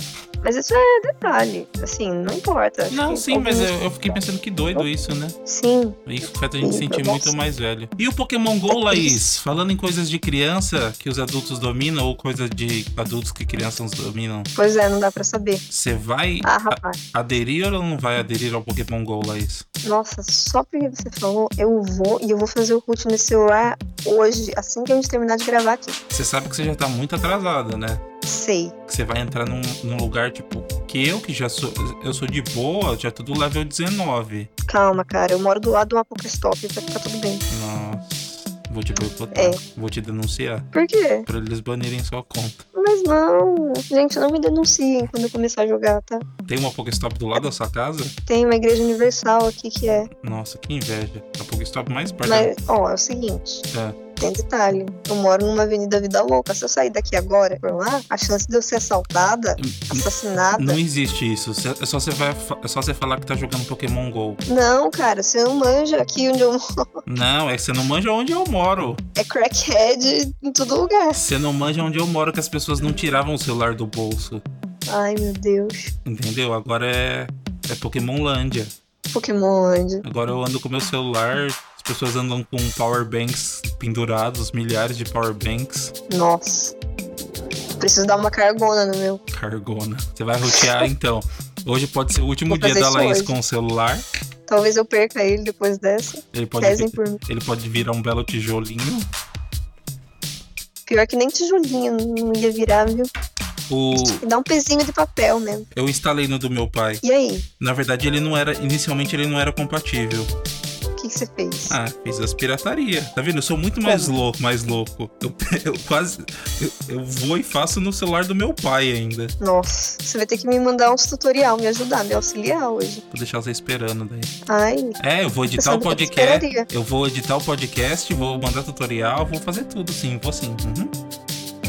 Speaker 2: Mas isso é detalhe. Assim, não importa. Acho
Speaker 1: Não,
Speaker 2: que
Speaker 1: sim, mas é
Speaker 2: alguns-
Speaker 1: eu, eu fiquei pensando que doido isso, né?
Speaker 2: Sim.
Speaker 1: Isso faz a gente
Speaker 2: Sim,
Speaker 1: sentir
Speaker 2: eu
Speaker 1: muito
Speaker 2: gosto.
Speaker 1: mais velho. E o Pokémon GO, Laís? Falando em coisas de criança que os adultos dominam ou coisas de adultos que crianças dominam,
Speaker 2: Pois é, não dá pra saber.
Speaker 1: você vai
Speaker 2: Ah, rapaz.
Speaker 1: aderir ou não vai aderir ao Pokémon GO, Laís?
Speaker 2: Nossa, só porque você falou, eu vou e eu vou fazer o root nesse celular hoje, assim que a gente terminar de gravar aqui.
Speaker 1: Você sabe que você já tá muito atrasada, né?
Speaker 2: Sei.
Speaker 1: Que você vai entrar num, num lugar, tipo, que eu que já sou. Eu sou de boa, já tô do level 19.
Speaker 2: Calma, cara. Eu moro do lado de uma Pokéstop, vai ficar tudo bem.
Speaker 1: Nossa. Vou te boicotar.
Speaker 2: É.
Speaker 1: Vou te denunciar.
Speaker 2: Por quê?
Speaker 1: Pra eles banirem sua conta.
Speaker 2: Mas não. Gente, não me denunciem quando eu começar a jogar, tá?
Speaker 1: Tem uma Pokéstop do lado da sua casa?
Speaker 2: Tem uma igreja universal aqui que é.
Speaker 1: Nossa, que inveja. A Pokéstop mais perto da
Speaker 2: Mas, ó, é o seguinte.
Speaker 1: É.
Speaker 2: Tem detalhe. Eu moro numa avenida Vida Louca. Se eu sair daqui agora por lá, a chance de eu ser assaltada, assassinada.
Speaker 1: Não existe isso. Cê- É só você vai, fa- é só você falar que tá jogando Pokémon GO.
Speaker 2: Não, cara, você não manja aqui onde eu moro.
Speaker 1: Não, é que você não manja onde eu moro.
Speaker 2: É crackhead em todo lugar.
Speaker 1: Você não manja onde eu moro que as pessoas não tiravam o celular do bolso.
Speaker 2: Ai, meu Deus.
Speaker 1: Entendeu? Agora é é Pokémon Lândia.
Speaker 2: Pokémon Land.
Speaker 1: Agora eu ando com meu celular, as pessoas andam com power banks pendurados, milhares de power banks,
Speaker 2: Nossa. Preciso dar uma cargona no meu.
Speaker 1: cargona. Você vai rotear então. Hoje pode ser o último
Speaker 2: Vou
Speaker 1: dia
Speaker 2: fazer
Speaker 1: da
Speaker 2: isso
Speaker 1: Laís
Speaker 2: hoje.
Speaker 1: com o celular.
Speaker 2: Talvez eu perca ele depois dessa.
Speaker 1: Ele pode,
Speaker 2: Rezem
Speaker 1: vi-
Speaker 2: por mim.
Speaker 1: ele pode virar um belo tijolinho.
Speaker 2: Pior que nem tijolinho não ia virar, viu?
Speaker 1: O,
Speaker 2: E dá um pezinho de papel mesmo.
Speaker 1: eu instalei no do meu pai.
Speaker 2: E aí?
Speaker 1: Na verdade, ele não era. Inicialmente ele não era compatível.
Speaker 2: O que, que você fez?
Speaker 1: Ah, fiz as pirataria. Tá vendo? Eu sou muito mais louco, mais louco. Eu, (laughs) eu quase. Eu, eu vou e faço no celular do meu pai ainda.
Speaker 2: Nossa, você vai ter que me mandar uns tutorial, me ajudar, me auxiliar hoje.
Speaker 1: Vou deixar você esperando daí.
Speaker 2: Ai,
Speaker 1: É, eu vou
Speaker 2: eu
Speaker 1: editar o
Speaker 2: sabia que eu te
Speaker 1: podcast.
Speaker 2: esperaria.
Speaker 1: Eu vou editar o podcast, vou mandar tutorial, vou fazer tudo, sim, vou sim. Uhum.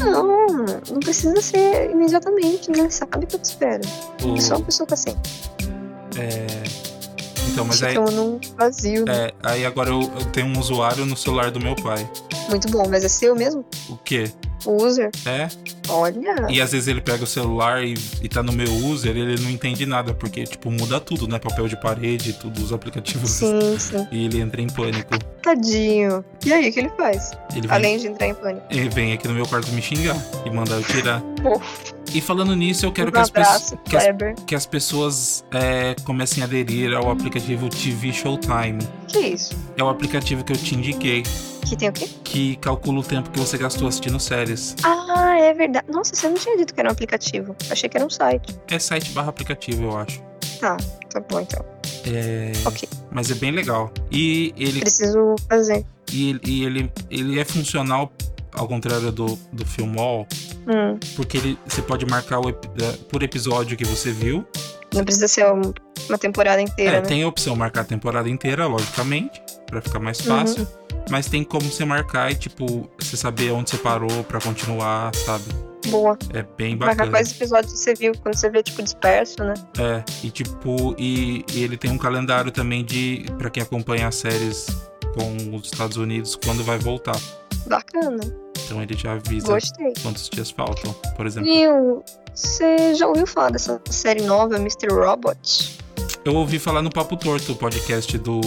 Speaker 2: Não, não precisa ser imediatamente, né? Sabe que eu te espero.
Speaker 1: O-
Speaker 2: Eu sou uma pessoa paciente.
Speaker 1: Então, mas aí,
Speaker 2: Estou num um vazio. né?
Speaker 1: é, aí agora eu, eu tenho um usuário no celular do meu pai.
Speaker 2: Muito bom, mas é seu mesmo?
Speaker 1: O quê?
Speaker 2: O user?
Speaker 1: É?
Speaker 2: Olha.
Speaker 1: E às vezes ele pega o celular e, e tá no meu user, ele não entende nada, porque, tipo, muda tudo, né? Papel de parede, tudo, os aplicativos.
Speaker 2: Sim, sim.
Speaker 1: E ele entra em pânico.
Speaker 2: Tadinho. E aí, o que ele faz?
Speaker 1: Ele vem,
Speaker 2: Além de entrar em pânico.
Speaker 1: ele vem aqui no meu quarto me xingar e mandar eu tirar.
Speaker 2: Fofo.
Speaker 1: E falando nisso, eu quero
Speaker 2: um
Speaker 1: que, as pe-
Speaker 2: abraço,
Speaker 1: que as-
Speaker 2: Kleber.
Speaker 1: que as pessoas é, comecem a aderir ao aplicativo TV Showtime.
Speaker 2: Que isso?
Speaker 1: É o aplicativo que eu te indiquei,
Speaker 2: Que tem o quê?
Speaker 1: que calcula o tempo que você gastou assistindo séries.
Speaker 2: Ah, é verdade. Nossa, você não tinha dito que era um aplicativo. Achei que era um site.
Speaker 1: É site barra aplicativo, eu acho.
Speaker 2: Tá, tá bom então.
Speaker 1: É,
Speaker 2: Ok.
Speaker 1: mas é bem legal. E ele,
Speaker 2: Preciso fazer.
Speaker 1: e ele, e ele, ele é funcional, ao contrário do, do Filmol,
Speaker 2: Hum.
Speaker 1: porque ele, você pode marcar o ep- eh, por episódio que você viu.
Speaker 2: Não precisa ser um- uma temporada inteira,
Speaker 1: É,
Speaker 2: né?
Speaker 1: tem a opção marcar a temporada inteira, logicamente, pra ficar mais
Speaker 2: Uhum.
Speaker 1: fácil. Mas tem como você marcar e, tipo, você saber onde você parou pra continuar, sabe?
Speaker 2: Boa.
Speaker 1: É bem
Speaker 2: Marcar
Speaker 1: bacana.
Speaker 2: quais episódios você viu quando você vê, tipo, disperso, né?
Speaker 1: É, e tipo, e, e ele tem um calendário também de Pra quem acompanha as séries com os Estados Unidos quando vai voltar.
Speaker 2: Bacana.
Speaker 1: Então ele já avisa
Speaker 2: Gostei.
Speaker 1: quantos dias faltam, por exemplo.
Speaker 2: Viu? Você já ouviu falar dessa série nova, Mr. Robot?
Speaker 1: Eu ouvi falar no Papo Torto, o podcast do,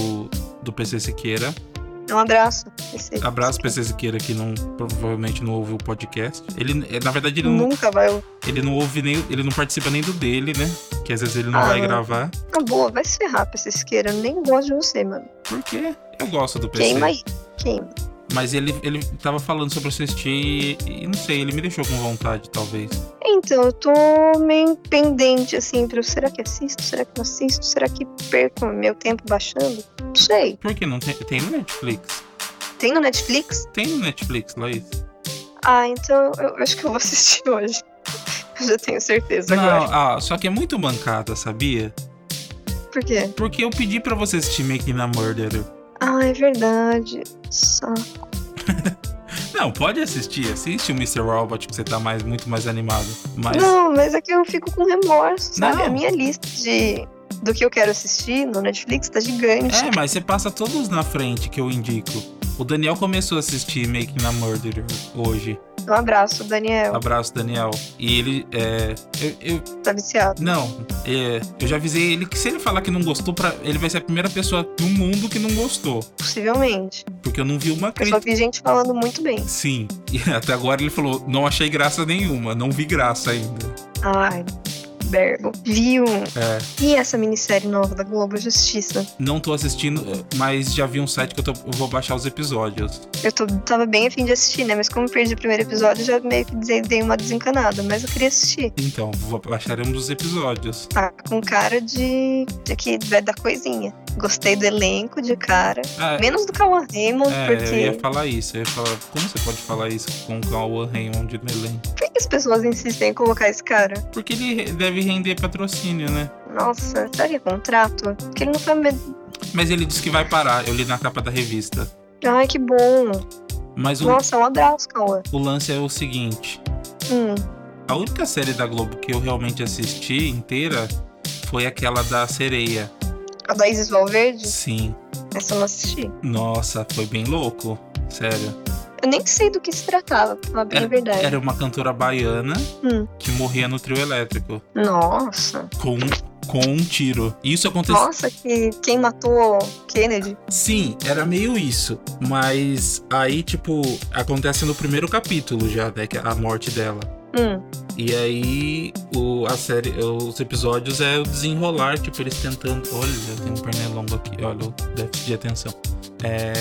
Speaker 1: do PC Siqueira.
Speaker 2: É um abraço. Esse-
Speaker 1: Abraço PC Siqueira que não provavelmente não ouve o podcast. Ele eh, na verdade ele não,
Speaker 2: Nunca vai.
Speaker 1: ele não ouve nem ele não participa nem do dele, né? Que às vezes ele não
Speaker 2: Ah,
Speaker 1: vai
Speaker 2: não.
Speaker 1: gravar.
Speaker 2: Na boa, vai se ferrar pra esse isqueiro. Eu nem gosto de você, mano.
Speaker 1: Por quê? Eu gosto do PC.
Speaker 2: Queima aí. Queima.
Speaker 1: Mas ele, ele tava falando sobre assistir e, e não sei, ele me deixou com vontade, talvez.
Speaker 2: Então, eu tô meio pendente, assim, pro será que assisto? Será que não assisto? Será que perco meu tempo baixando? Não sei.
Speaker 1: Por que não tem, tem no Netflix?
Speaker 2: Tem no Netflix?
Speaker 1: Tem no Netflix, Laís.
Speaker 2: Ah, então eu acho que eu vou assistir (laughs) hoje. Eu já tenho certeza agora.
Speaker 1: ah, só que é muito mancada, sabia?
Speaker 2: Por quê?
Speaker 1: Porque eu pedi pra você assistir Making a Murderer.
Speaker 2: Ah, é verdade. Só.
Speaker 1: Não, pode assistir, assiste o Mr. Robot que você tá mais, muito mais animado. Mas.
Speaker 2: Não, mas é que eu fico com remorso, sabe?
Speaker 1: Não.
Speaker 2: A minha lista de do que eu quero assistir no Netflix tá gigante.
Speaker 1: É, mas você passa todos na frente que eu indico. O Daniel começou a assistir Making a Murderer hoje.
Speaker 2: Um abraço, Daniel.
Speaker 1: Abraço, Daniel. E ele. É, eu, eu-
Speaker 2: Tá viciado.
Speaker 1: não, é, eu já avisei ele que se ele falar que não gostou, pra, ele vai ser a primeira pessoa do mundo que não gostou.
Speaker 2: Possivelmente.
Speaker 1: Porque eu não vi uma
Speaker 2: Eu só
Speaker 1: crítica.
Speaker 2: vi gente falando muito bem.
Speaker 1: Sim. E (laughs) até agora ele falou: não achei graça nenhuma, não vi graça ainda.
Speaker 2: Ai, verbo. Vi um.
Speaker 1: É.
Speaker 2: E essa minissérie nova da Globo Justiça?
Speaker 1: Não tô assistindo, mas já vi um site que eu, tô- eu vou baixar os episódios.
Speaker 2: Eu tô, tava bem afim de assistir, né? Mas como perdi o primeiro episódio, já meio que dei dei uma desencanada. Mas eu queria assistir.
Speaker 1: Então, vou- baixaremos os episódios.
Speaker 2: Tá com cara de, de que vai dar coisinha. Gostei do elenco de cara.
Speaker 1: Ah,
Speaker 2: Menos do Cauan Raymond,
Speaker 1: é, eu ia
Speaker 2: porque
Speaker 1: falar isso. Eu ia falar, como você pode falar isso com o Cauã Raymond no elenco?
Speaker 2: por que as pessoas insistem em colocar esse cara?
Speaker 1: Porque ele re- deve render patrocínio, né?
Speaker 2: Nossa, será que é contrato? Porque ele não foi. me-
Speaker 1: Mas ele disse que vai parar, eu li na capa da revista.
Speaker 2: Ai, que bom.
Speaker 1: Mas o,
Speaker 2: Nossa, um abraço, Cauã.
Speaker 1: o lance é o seguinte:
Speaker 2: Hum,
Speaker 1: a única série da Globo que eu realmente assisti inteira foi aquela da sereia.
Speaker 2: a da Isis Valverde?
Speaker 1: Sim.
Speaker 2: Essa eu não assisti.
Speaker 1: Nossa, foi bem louco. Sério.
Speaker 2: Eu nem sei do que se tratava, pra falar bem a verdade.
Speaker 1: Era uma cantora baiana
Speaker 2: É. Hum.
Speaker 1: que morria no trio elétrico.
Speaker 2: Nossa.
Speaker 1: Com, com um tiro. Isso aconteceu.
Speaker 2: Nossa, que quem matou Kennedy?
Speaker 1: Sim, era meio isso. Mas aí, tipo, acontece no primeiro capítulo já, né? que é A morte dela.
Speaker 2: Hum,
Speaker 1: E aí, o, a série, os episódios é o desenrolar, tipo, eles tentando. Olha, tem um pernilongo aqui, olha, o déficit de atenção. É,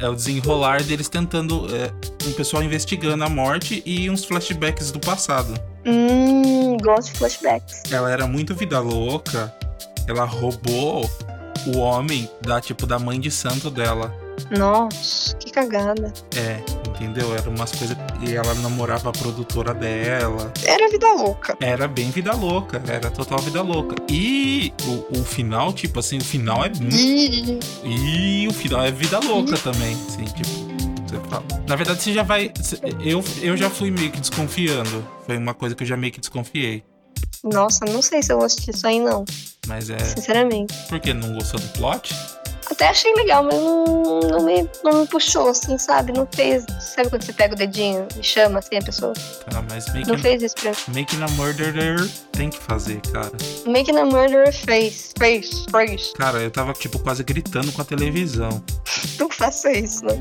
Speaker 1: é o desenrolar deles tentando. É, um pessoal investigando a morte e uns flashbacks do passado.
Speaker 2: hum gosto de flashbacks.
Speaker 1: Ela era muito vida louca, ela roubou o homem da, tipo, da mãe de santo dela.
Speaker 2: Nossa, que cagada.
Speaker 1: É, entendeu? Era umas coisas. E ela namorava a produtora dela.
Speaker 2: Era vida louca.
Speaker 1: Era bem vida louca, era total vida louca. E o, o final, tipo assim, o final é. mu-
Speaker 2: Ih,
Speaker 1: E o final é vida louca também, assim, tipo. Você fala. Na verdade, você já vai. cê- Eu, eu já fui meio que desconfiando. Foi uma coisa que eu já meio que desconfiei.
Speaker 2: Nossa, não sei se eu vou assistir isso aí, não.
Speaker 1: Mas é.
Speaker 2: Sinceramente.
Speaker 1: Porque não gostou do plot?
Speaker 2: Até achei legal, mas não, não, me, não me puxou, assim, sabe? Não fez. Sabe quando você pega o dedinho e chama assim a pessoa?
Speaker 1: Tá, mas
Speaker 2: Não
Speaker 1: Making,
Speaker 2: fez isso pra mim.
Speaker 1: Making a Murderer tem que fazer, cara.
Speaker 2: Making a Murderer fez. Fez, fez.
Speaker 1: Cara, eu tava, tipo, quase gritando com a televisão.
Speaker 2: Não faça isso, não.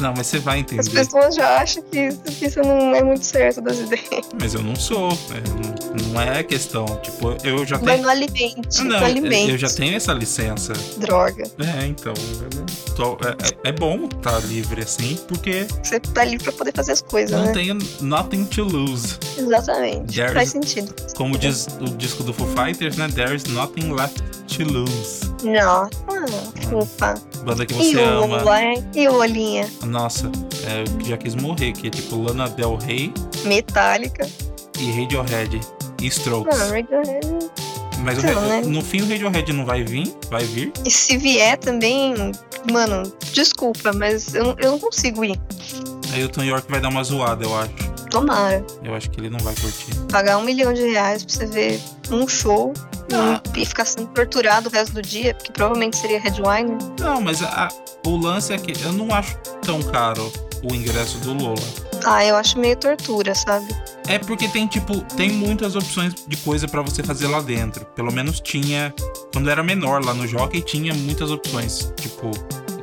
Speaker 1: Não, mas você vai
Speaker 2: As
Speaker 1: entender.
Speaker 2: pessoas já acham que isso, que isso não é muito certo das ideias.
Speaker 1: (laughs) Mas eu não sou. é, não- não é questão. Tipo, eu já
Speaker 2: Mas
Speaker 1: tenho. Ah,
Speaker 2: não alimente, não,
Speaker 1: Não,
Speaker 2: alimente.
Speaker 1: eu já tenho essa licença.
Speaker 2: Droga.
Speaker 1: É, então. eu não tô- é- é, é bom estar livre assim, porque
Speaker 2: Você tá ali pra poder fazer as coisas,
Speaker 1: não
Speaker 2: né?
Speaker 1: tenho nothing to lose.
Speaker 2: Exatamente.
Speaker 1: There's-
Speaker 2: Faz sentido.
Speaker 1: Como diz o disco do Foo Fighters, né? There's nothing left to lose.
Speaker 2: Nossa, ufa.
Speaker 1: Banda que
Speaker 2: Ah, E
Speaker 1: Ah, você
Speaker 2: o
Speaker 1: ama.
Speaker 2: Lula, hein? E o Olinha?
Speaker 1: Nossa, é, eu já quis morrer, que é tipo Lana Del Rey
Speaker 2: Metálica.
Speaker 1: e Radiohead. E Strokes.
Speaker 2: Não, Radiohead.
Speaker 1: Mas o
Speaker 2: então,
Speaker 1: Ra-
Speaker 2: né?
Speaker 1: no fim o Radiohead não vai vir? Vai vir?
Speaker 2: E se vier também, mano, desculpa, mas eu, eu não consigo ir.
Speaker 1: Aí o Tom York vai dar uma zoada, eu acho.
Speaker 2: Tomara.
Speaker 1: Eu acho que ele não vai curtir.
Speaker 2: Pagar um milhão de reais pra você ver um show
Speaker 1: Ah.
Speaker 2: e, e ficar sendo torturado o resto do dia, porque provavelmente seria Redwine.
Speaker 1: Não, mas a- o lance é que eu não acho tão caro o ingresso do Lola.
Speaker 2: Ah, eu acho meio tortura, sabe?
Speaker 1: É porque tem, tipo, tem muitas opções de coisa pra você fazer lá dentro. Pelo menos tinha. Quando eu era menor lá no Jockey, tinha muitas opções. Tipo,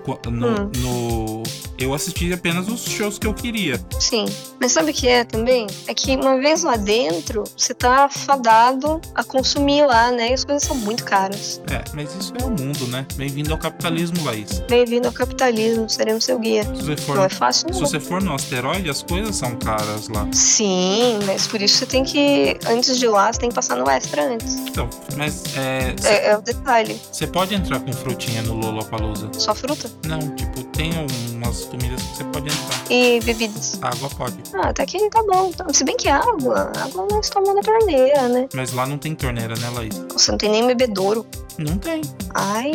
Speaker 1: co- no.
Speaker 2: Hum.
Speaker 1: no- eu assisti apenas os shows que eu queria.
Speaker 2: Sim. Mas sabe o que é também? É que uma vez lá dentro, você tá fadado a consumir lá, né? E as coisas são muito caras.
Speaker 1: É, mas isso é o mundo, né? Bem-vindo ao capitalismo, Laís.
Speaker 2: Bem-vindo ao capitalismo, seremos seu guia.
Speaker 1: Se você for,
Speaker 2: Não é fácil,
Speaker 1: se
Speaker 2: não.
Speaker 1: você for no asteroide, as coisas são caras lá.
Speaker 2: Sim, mas por isso você tem que, antes de ir lá, você tem que passar no extra antes.
Speaker 1: Então, mas é.
Speaker 2: É, é o detalhe.
Speaker 1: Você pode entrar com frutinha no Lollapalooza.
Speaker 2: Só fruta?
Speaker 1: Não, tipo, tem um umas comidas que você pode entrar.
Speaker 2: E bebidas.
Speaker 1: Água pode.
Speaker 2: Ah, até que tá bom. Então, Se bem que água, água não se toma na torneira, né?
Speaker 1: Mas lá não tem torneira, né, Laís?
Speaker 2: Você não tem nem bebedouro.
Speaker 1: Não tem.
Speaker 2: Ai,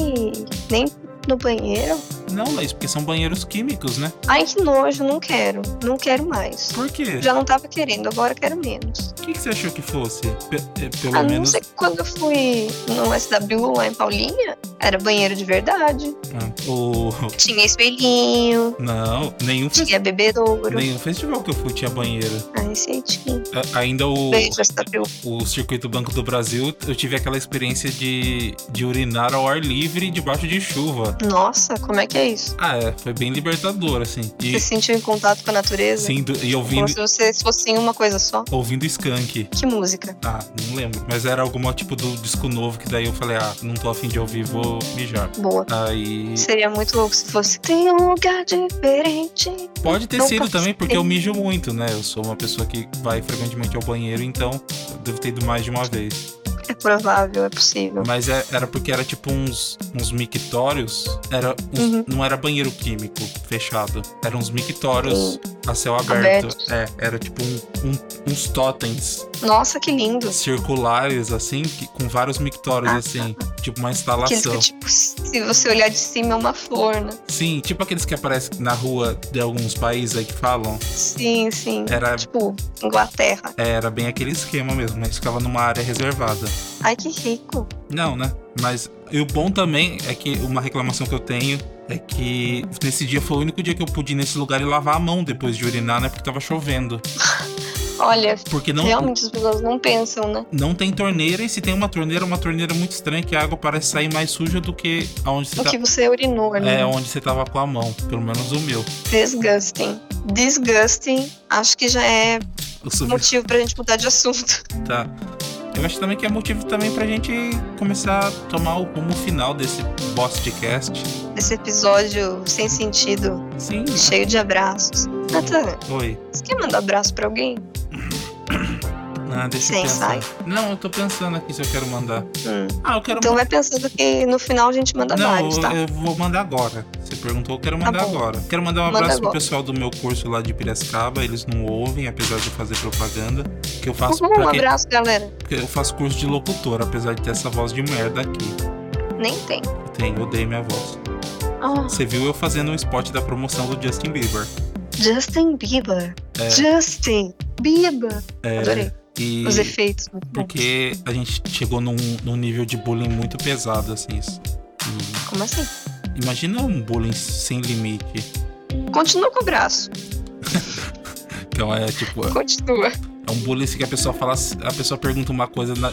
Speaker 2: nem no banheiro.
Speaker 1: Não, Laís, porque são banheiros químicos, né?
Speaker 2: Ai, que nojo, não quero. Não quero mais.
Speaker 1: Por quê?
Speaker 2: Já não tava querendo, agora quero menos.
Speaker 1: O que, que você achou que fosse? Pe- é, pelo
Speaker 2: A Ah, não
Speaker 1: menos.
Speaker 2: ser que quando eu fui no SW lá em Paulinha, era banheiro de verdade.
Speaker 1: Ah, o... (laughs)
Speaker 2: Tinha espelhinho,
Speaker 1: Não, nenhum, fes-
Speaker 2: tinha bebedouro.
Speaker 1: nenhum festival que eu fui tinha banheiro.
Speaker 2: Ai, sei, tinha.
Speaker 1: A- Ainda o,
Speaker 2: Beijo, SW.
Speaker 1: o Circuito Banco do Brasil, eu tive aquela experiência de, de urinar ao ar livre debaixo de chuva.
Speaker 2: Nossa, como é que é isso?
Speaker 1: Ah, é, foi bem libertador, assim. E,
Speaker 2: Você se sentiu em contato com a natureza?
Speaker 1: sim, do- e
Speaker 2: Como
Speaker 1: ouvindo,
Speaker 2: se vocês fossem uma coisa só?
Speaker 1: ouvindo Skank.
Speaker 2: Que música?
Speaker 1: Ah, não lembro. Mas era alguma tipo do disco novo que daí eu falei, ah, não tô afim de ouvir, vou mijar.
Speaker 2: Boa.
Speaker 1: Aí.
Speaker 2: Seria muito louco se fosse. Tem um lugar diferente.
Speaker 1: Pode ter
Speaker 2: Não
Speaker 1: sido
Speaker 2: pode
Speaker 1: também,
Speaker 2: ser.
Speaker 1: porque eu mijo muito, né? Eu sou uma pessoa que vai frequentemente ao banheiro, então eu devo ter ido mais de uma vez.
Speaker 2: É provável, é possível.
Speaker 1: Mas é- era porque era tipo uns, uns mictórios. Era uns-
Speaker 2: Uhum.
Speaker 1: Não era banheiro químico fechado. Eram uns mictórios a céu aberto.
Speaker 2: Abertos.
Speaker 1: É, era tipo um- um- uns totens
Speaker 2: Nossa, que lindo.
Speaker 1: circulares, assim, que- com vários mictórios,
Speaker 2: Ah.
Speaker 1: assim. Tipo uma
Speaker 2: Aqueles
Speaker 1: instalação.
Speaker 2: que, tipo, se você olhar de cima é uma flor, né?
Speaker 1: Sim, tipo aqueles que aparecem na rua de alguns países aí que falam.
Speaker 2: Sim, sim.
Speaker 1: Era, É.
Speaker 2: Tipo, Inglaterra.
Speaker 1: era bem aquele esquema mesmo, mas ficava numa área reservada.
Speaker 2: Ai, que rico.
Speaker 1: Não, né? Mas. E o bom também é que uma reclamação que eu tenho é que nesse dia foi o único dia que eu pude ir nesse lugar e lavar a mão depois de urinar, né? Porque tava chovendo.
Speaker 2: Olha,
Speaker 1: Porque não,
Speaker 2: realmente as pessoas não pensam, né?
Speaker 1: não tem torneira, e se tem uma torneira, é uma torneira muito estranha, que a água parece sair mais suja do que aonde você
Speaker 2: O
Speaker 1: tá.
Speaker 2: que você urinou, né?
Speaker 1: É onde você tava com a mão, pelo menos o meu.
Speaker 2: Disgusting. Disgusting. Acho que já é
Speaker 1: Eu subi-
Speaker 2: motivo pra gente mudar de assunto. (laughs)
Speaker 1: Tá. Eu acho também que é motivo também pra gente começar a tomar o rumo final desse Bostcast.
Speaker 2: Desse episódio sem sentido,
Speaker 1: Sim. né?
Speaker 2: cheio de abraços. Nathan,
Speaker 1: Oi.
Speaker 2: você quer mandar abraço pra alguém?
Speaker 1: Ah, deixa eu
Speaker 2: Sem
Speaker 1: pensar. Não, eu tô pensando aqui se eu quero mandar.
Speaker 2: Hum.
Speaker 1: Ah, eu quero
Speaker 2: Então vai pensando que no final a gente manda
Speaker 1: mandar. Não,
Speaker 2: vários,
Speaker 1: eu,
Speaker 2: tá?
Speaker 1: eu vou mandar agora. Você perguntou, eu quero
Speaker 2: Tá
Speaker 1: mandar
Speaker 2: bom.
Speaker 1: agora. Quero mandar um
Speaker 2: Manda
Speaker 1: abraço pro
Speaker 2: agora.
Speaker 1: pessoal do meu curso lá de Piracicaba. Eles não ouvem, apesar de eu fazer propaganda. Que eu faço
Speaker 2: Uhul, (laughs) um
Speaker 1: pra quem-
Speaker 2: abraço, galera.
Speaker 1: que eu faço curso de locutor, apesar de ter essa voz de merda aqui.
Speaker 2: Nem tem.
Speaker 1: Eu tenho, eu odeio minha voz.
Speaker 2: Ah,
Speaker 1: Você viu eu fazendo um spot da promoção do Justin Bieber.
Speaker 2: Justin Bieber.
Speaker 1: É.
Speaker 2: Justin Bieber. Adorei
Speaker 1: E
Speaker 2: os efeitos. muito bom.
Speaker 1: porque a gente chegou num, num nível de bullying muito pesado, assim. isso. E
Speaker 2: Como assim?
Speaker 1: imagina um bullying sem limite.
Speaker 2: Continua com o braço.
Speaker 1: Então é tipo,
Speaker 2: Continua.
Speaker 1: é um bullying que a pessoa fala. A pessoa pergunta uma coisa na,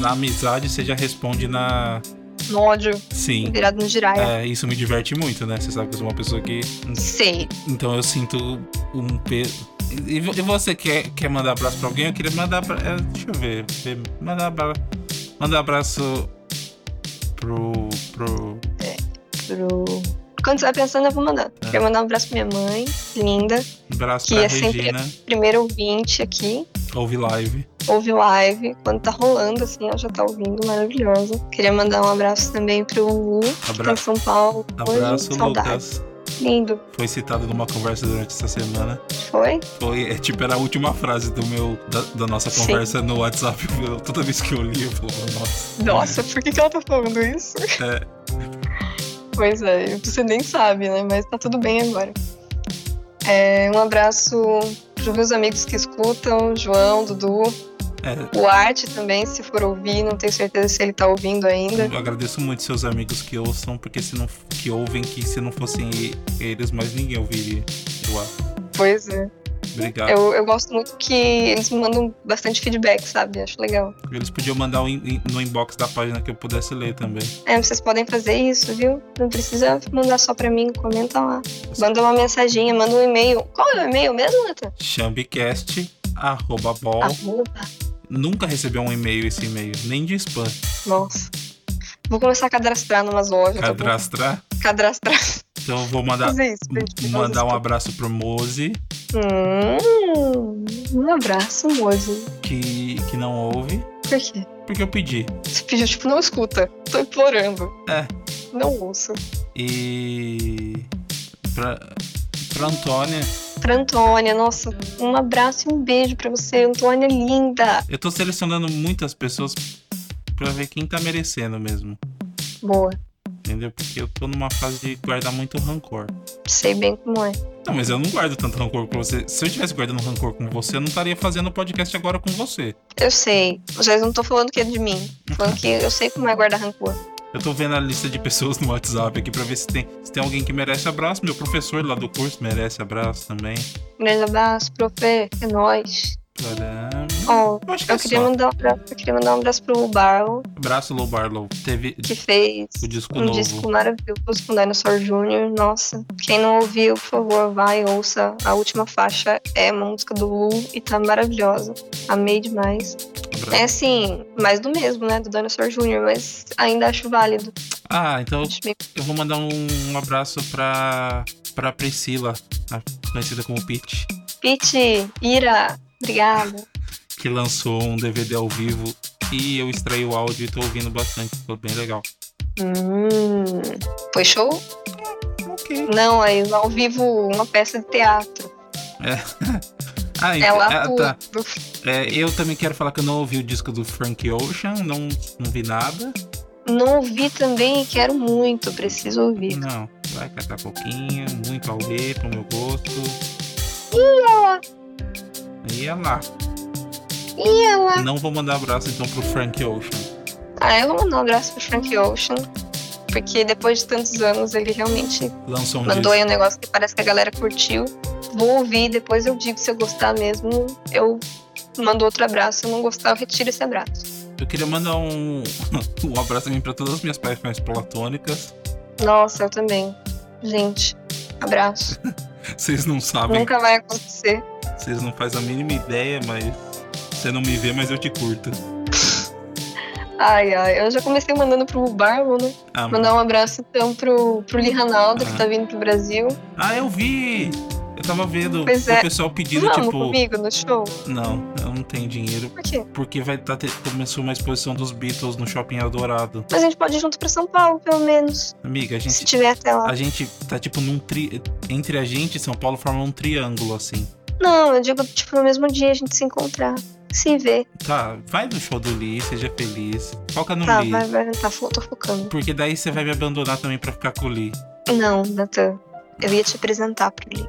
Speaker 1: na amizade você já responde na.
Speaker 2: No ódio,
Speaker 1: Sim.
Speaker 2: virado no giraia.
Speaker 1: É, isso me diverte muito, né? Você sabe que eu sou uma pessoa que.
Speaker 2: Sei.
Speaker 1: Então eu sinto um peso. E vo- e você quer, quer mandar abraço pra alguém? Eu queria mandar pra. é, deixa eu ver. ver- Mandar abraço. Mandar abraço pro. pro.
Speaker 2: Pro... Quando você vai pensando, eu vou mandar.
Speaker 1: Ah.
Speaker 2: Quero mandar um abraço pra minha mãe, linda.
Speaker 1: Um Abraço
Speaker 2: Que
Speaker 1: pra
Speaker 2: é sempre-
Speaker 1: Regina.
Speaker 2: Primeiro ouvinte aqui.
Speaker 1: Ouve live.
Speaker 2: Ouve live. Quando tá rolando, assim, ela já tá ouvindo. Maravilhosa. Queria mandar um abraço também pro Lu, que tá em
Speaker 1: Abra...
Speaker 2: São Paulo. Oi,
Speaker 1: Abraço,
Speaker 2: saudade.
Speaker 1: Lucas.
Speaker 2: Lindo.
Speaker 1: Foi citado numa conversa durante essa semana.
Speaker 2: Foi?
Speaker 1: Foi, é, tipo, era a última frase do meu, da, da nossa
Speaker 2: Sim.
Speaker 1: conversa no WhatsApp. (laughs) Eu- toda vez que eu li, eu falava, nossa.
Speaker 2: Nossa, por que, que ela tá falando isso? Pois é, você nem sabe, né? Mas tá tudo bem agora. É, um abraço pros meus amigos que escutam, João, Dudu,
Speaker 1: É,
Speaker 2: o Arte também, se for ouvir, não tenho certeza se ele tá ouvindo ainda.
Speaker 1: eu agradeço muito seus amigos que ouçam, porque se não, que ouvem, que se não fossem eles, mais ninguém ouviria. Eu acho.
Speaker 2: Pois é.
Speaker 1: Obrigado.
Speaker 2: Eu, eu gosto muito que eles me mandam bastante feedback, sabe? Acho legal.
Speaker 1: Eles podiam mandar um in- no inbox da página que eu pudesse ler também.
Speaker 2: É, vocês podem fazer isso, viu? Não precisa mandar só pra mim, comenta lá. Manda uma mensaginha, manda um e-mail. Qual é o e-mail mesmo, Ah, Nathan?
Speaker 1: Chambicast, arroba bol.
Speaker 2: Arroba.
Speaker 1: Nunca recebeu um e-mail esse e-mail, nem de spam.
Speaker 2: Nossa. Vou começar a cadastrar numas lojas. tá bom?
Speaker 1: Cadastrar.
Speaker 2: Cadastrar.
Speaker 1: Então eu vou mandar,
Speaker 2: Fazer isso. pra gente fazer
Speaker 1: mandar um
Speaker 2: isso.
Speaker 1: abraço pro Mose,
Speaker 2: Hum, um abraço, Moji.
Speaker 1: que, que não ouve,
Speaker 2: Por quê?
Speaker 1: porque eu pedi.
Speaker 2: Você pediu, tipo, não escuta. Tô implorando.
Speaker 1: É.
Speaker 2: Não ouço.
Speaker 1: E. pra, pra Antônia.
Speaker 2: Pra Antônia, nossa, um abraço e um beijo pra você, Antônia linda.
Speaker 1: Eu tô selecionando muitas pessoas pra ver quem tá merecendo mesmo.
Speaker 2: Boa,
Speaker 1: Entendeu? Porque eu tô numa fase de guardar muito rancor.
Speaker 2: sei bem como é.
Speaker 1: Não, mas eu não guardo tanto rancor com você. Se eu tivesse guardando rancor com você, eu não estaria fazendo o podcast agora com você.
Speaker 2: Eu sei, vocês não estão falando que é de mim, tô falando que eu sei como é guardar rancor.
Speaker 1: Eu tô vendo a lista de pessoas no WhatsApp aqui pra ver se tem, se tem alguém que merece abraço. Meu professor lá do curso merece abraço também.
Speaker 2: Um Grande abraço, profe, é nóis.
Speaker 1: Caramba.
Speaker 2: Ó,
Speaker 1: Eu acho que
Speaker 2: eu
Speaker 1: é
Speaker 2: queria
Speaker 1: só.
Speaker 2: mandar um abraço, eu queria mandar um abraço pro Barlow,
Speaker 1: Abraço, Lou Barlow. Teve
Speaker 2: que fez
Speaker 1: o disco
Speaker 2: um
Speaker 1: novo.
Speaker 2: disco maravilhoso com Dinosaur Jr. Nossa, quem não ouviu, por favor, vai, ouça. A última faixa é uma música do Wu e tá maravilhosa. Amei demais.
Speaker 1: Abra-
Speaker 2: É assim, mais do mesmo, né? Do Dinosaur Jr., mas ainda acho válido.
Speaker 1: Ah, então
Speaker 2: Acho meio-
Speaker 1: eu vou mandar um, um abraço pra, pra Priscila, a- conhecida como Pete,
Speaker 2: Pete, Ira, obrigada.
Speaker 1: que lançou um DVD ao vivo e eu extraí o áudio e tô ouvindo bastante. Ficou bem legal.
Speaker 2: Hum, foi show?
Speaker 1: Ok.
Speaker 2: Não, aí ao vivo, uma peça de teatro.
Speaker 1: Ah, então,
Speaker 2: Ela
Speaker 1: ah, tá.
Speaker 2: pro- pro-
Speaker 1: É, eu também quero falar que eu não ouvi o disco do Frank Ocean, não, não vi nada.
Speaker 2: Não ouvi também e quero muito, preciso ouvir.
Speaker 1: Não, vai catar pouquinho, muito alê pro meu gosto. E ela?
Speaker 2: E ela?
Speaker 1: Não vou mandar abraço então pro Frank Ocean.
Speaker 2: Ah, eu vou mandar um abraço pro Frank Ocean. Porque depois de tantos anos ele realmente
Speaker 1: Lançou um
Speaker 2: mandou aí
Speaker 1: disco.
Speaker 2: um negócio que parece que a galera curtiu. Vou ouvir, depois eu digo se eu gostar mesmo. Eu mando outro abraço, se eu não gostar, eu retiro esse abraço.
Speaker 1: Eu queria mandar um, (laughs) um abraço também pra todas as minhas paixões platônicas.
Speaker 2: Nossa, eu também. Gente, abraço.
Speaker 1: Vocês não sabem,
Speaker 2: Nunca vai acontecer.
Speaker 1: vocês não fazem a mínima ideia, mas você não me vê, mas eu te curto.
Speaker 2: Ai, ai. Eu já comecei mandando pro Barbo, né?
Speaker 1: Ah,
Speaker 2: Mandar um abraço então pro, pro Lee Ranaldo,
Speaker 1: Ah.
Speaker 2: que tá vindo pro Brasil.
Speaker 1: ah, eu vi! Eu tava vendo
Speaker 2: Pois
Speaker 1: o
Speaker 2: é.
Speaker 1: pessoal pedindo,
Speaker 2: Vamos
Speaker 1: tipo,
Speaker 2: comigo no show?
Speaker 1: não, eu não tenho dinheiro.
Speaker 2: Por quê?
Speaker 1: Porque vai tá, ter, começou uma exposição dos Beatles no Shopping Eldorado.
Speaker 2: Mas a gente pode ir junto pra São Paulo, pelo menos.
Speaker 1: Amiga, a
Speaker 2: Se
Speaker 1: gente,
Speaker 2: tiver até lá.
Speaker 1: a gente tá tipo num tri... Entre a gente e São Paulo forma um triângulo, assim.
Speaker 2: Não, eu digo, tipo, no mesmo dia a gente se encontrar. Se ver.
Speaker 1: Tá, vai no show do Lee, seja feliz. Foca no
Speaker 2: Tá,
Speaker 1: Lee.
Speaker 2: vai, vai, tá, fo- tô focando.
Speaker 1: Porque daí você vai me abandonar também pra ficar com o Lee.
Speaker 2: Não, Natan. Eu ia te apresentar pro Lee.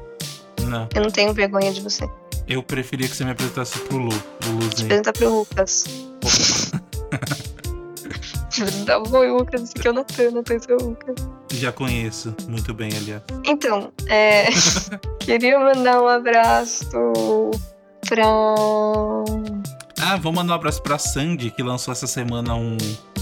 Speaker 1: Não,
Speaker 2: Eu não tenho vergonha de você. Te
Speaker 1: eu preferia que você me apresentasse pro Lu. O Luzinho.
Speaker 2: apresentar pro Lucas. (laughs) Te apresentar pro Lucas, esse aqui é o Natan, Natan, esse é o Lucas.
Speaker 1: Já conheço muito bem, aliás.
Speaker 2: Então,
Speaker 1: (laughs)
Speaker 2: é, queria mandar um abraço pra.
Speaker 1: Ah, vou mandar um abraço pra Sandy, que lançou essa semana um-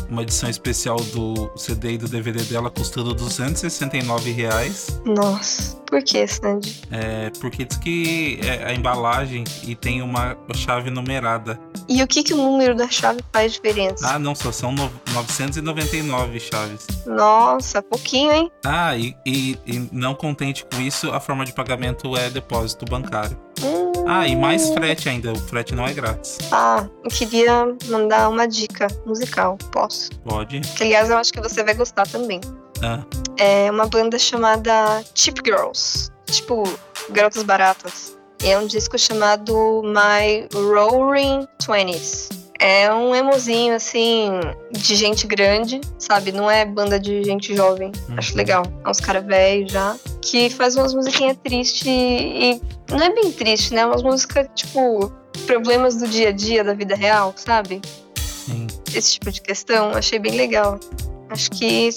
Speaker 1: uma edição especial do CD e do DVD dela, custando R$ 269 reais.
Speaker 2: Nossa, por que, Sandy?
Speaker 1: É porque diz que é a embalagem e tem uma chave numerada.
Speaker 2: E o que, que o número da chave faz diferença?
Speaker 1: Ah, não, só são no- 999 chaves.
Speaker 2: Nossa, pouquinho, hein?
Speaker 1: Ah, e, e- e não contente com isso, a forma de pagamento é depósito bancário.
Speaker 2: Hum.
Speaker 1: Ah, e mais frete ainda, o frete não é grátis.
Speaker 2: Ah, eu queria mandar uma dica musical, posso?
Speaker 1: Pode.
Speaker 2: Que, aliás, eu acho que você vai gostar também.
Speaker 1: Ah,
Speaker 2: É uma banda chamada Cheap Girls, tipo Garotas Baratas. E é um disco chamado My Roaring Twenties. É um emozinho, assim, de gente grande, sabe? Não é banda de gente jovem. Acho
Speaker 1: uhum.
Speaker 2: legal. É uns caras velhos já. Que faz umas musiquinhas tristes e. Não é bem triste, né? Umas músicas, tipo, problemas do dia a dia, da vida real, sabe?
Speaker 1: Sim.
Speaker 2: Esse tipo de questão. Achei bem legal. Acho que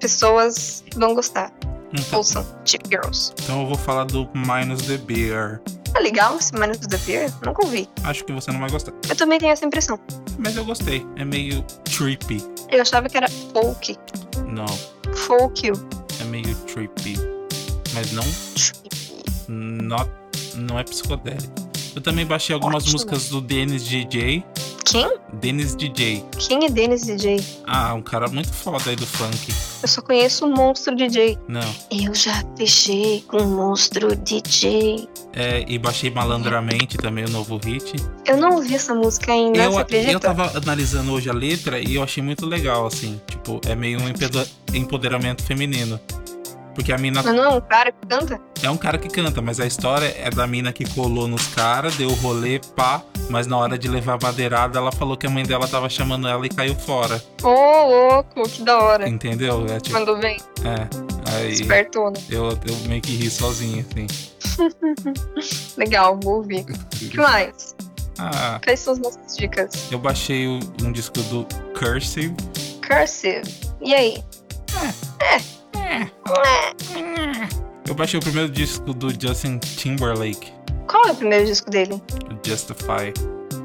Speaker 2: pessoas vão gostar.
Speaker 1: Então,
Speaker 2: Ouçam, Cheap Girls.
Speaker 1: então eu vou falar do Minus the Beer.
Speaker 2: Tá legal esse Minus to the Beer? Nunca ouvi.
Speaker 1: Acho que você não vai gostar.
Speaker 2: Eu também tenho essa impressão.
Speaker 1: Mas eu gostei. É meio trippy.
Speaker 2: Eu achava que era folk.
Speaker 1: Não,
Speaker 2: Folk.
Speaker 1: é meio trippy. Mas não Not, não é psicodélico. Eu também baixei algumas
Speaker 2: Ótimo.
Speaker 1: músicas do Dennis DJ.
Speaker 2: Quem?
Speaker 1: Dennis DJ.
Speaker 2: Quem é Dennis DJ?
Speaker 1: Ah, um cara muito foda aí do funk.
Speaker 2: Eu só conheço o Monstro DJ.
Speaker 1: Não.
Speaker 2: Eu já fechei com o Monstro DJ.
Speaker 1: É, e baixei malandramente também o novo hit.
Speaker 2: Eu não ouvi essa música ainda,
Speaker 1: Eu,
Speaker 2: você acredita?
Speaker 1: eu tava analisando hoje a letra e eu achei muito legal, assim. Tipo, é meio um empedo- empoderamento feminino. Porque a mina
Speaker 2: Mas não é um cara que canta?
Speaker 1: é um cara que canta, mas a história é da mina que colou nos caras, deu rolê, pá. Mas na hora de levar a madeirada, ela falou que a mãe dela tava chamando ela e caiu fora.
Speaker 2: Ô, louco, que da hora.
Speaker 1: Entendeu? É tipo,
Speaker 2: Mandou bem,
Speaker 1: é. Aí
Speaker 2: espertona.
Speaker 1: eu, eu meio que ri sozinho, assim.
Speaker 2: Legal, vou ouvir. O que mais?
Speaker 1: Ah,
Speaker 2: Quais são as nossas dicas?
Speaker 1: eu baixei o- um disco do Cursive.
Speaker 2: Cursive. E aí?
Speaker 1: É,
Speaker 2: É.
Speaker 1: Eu baixei o primeiro disco do Justin Timberlake,
Speaker 2: Qual é o primeiro disco dele?
Speaker 1: o Justify.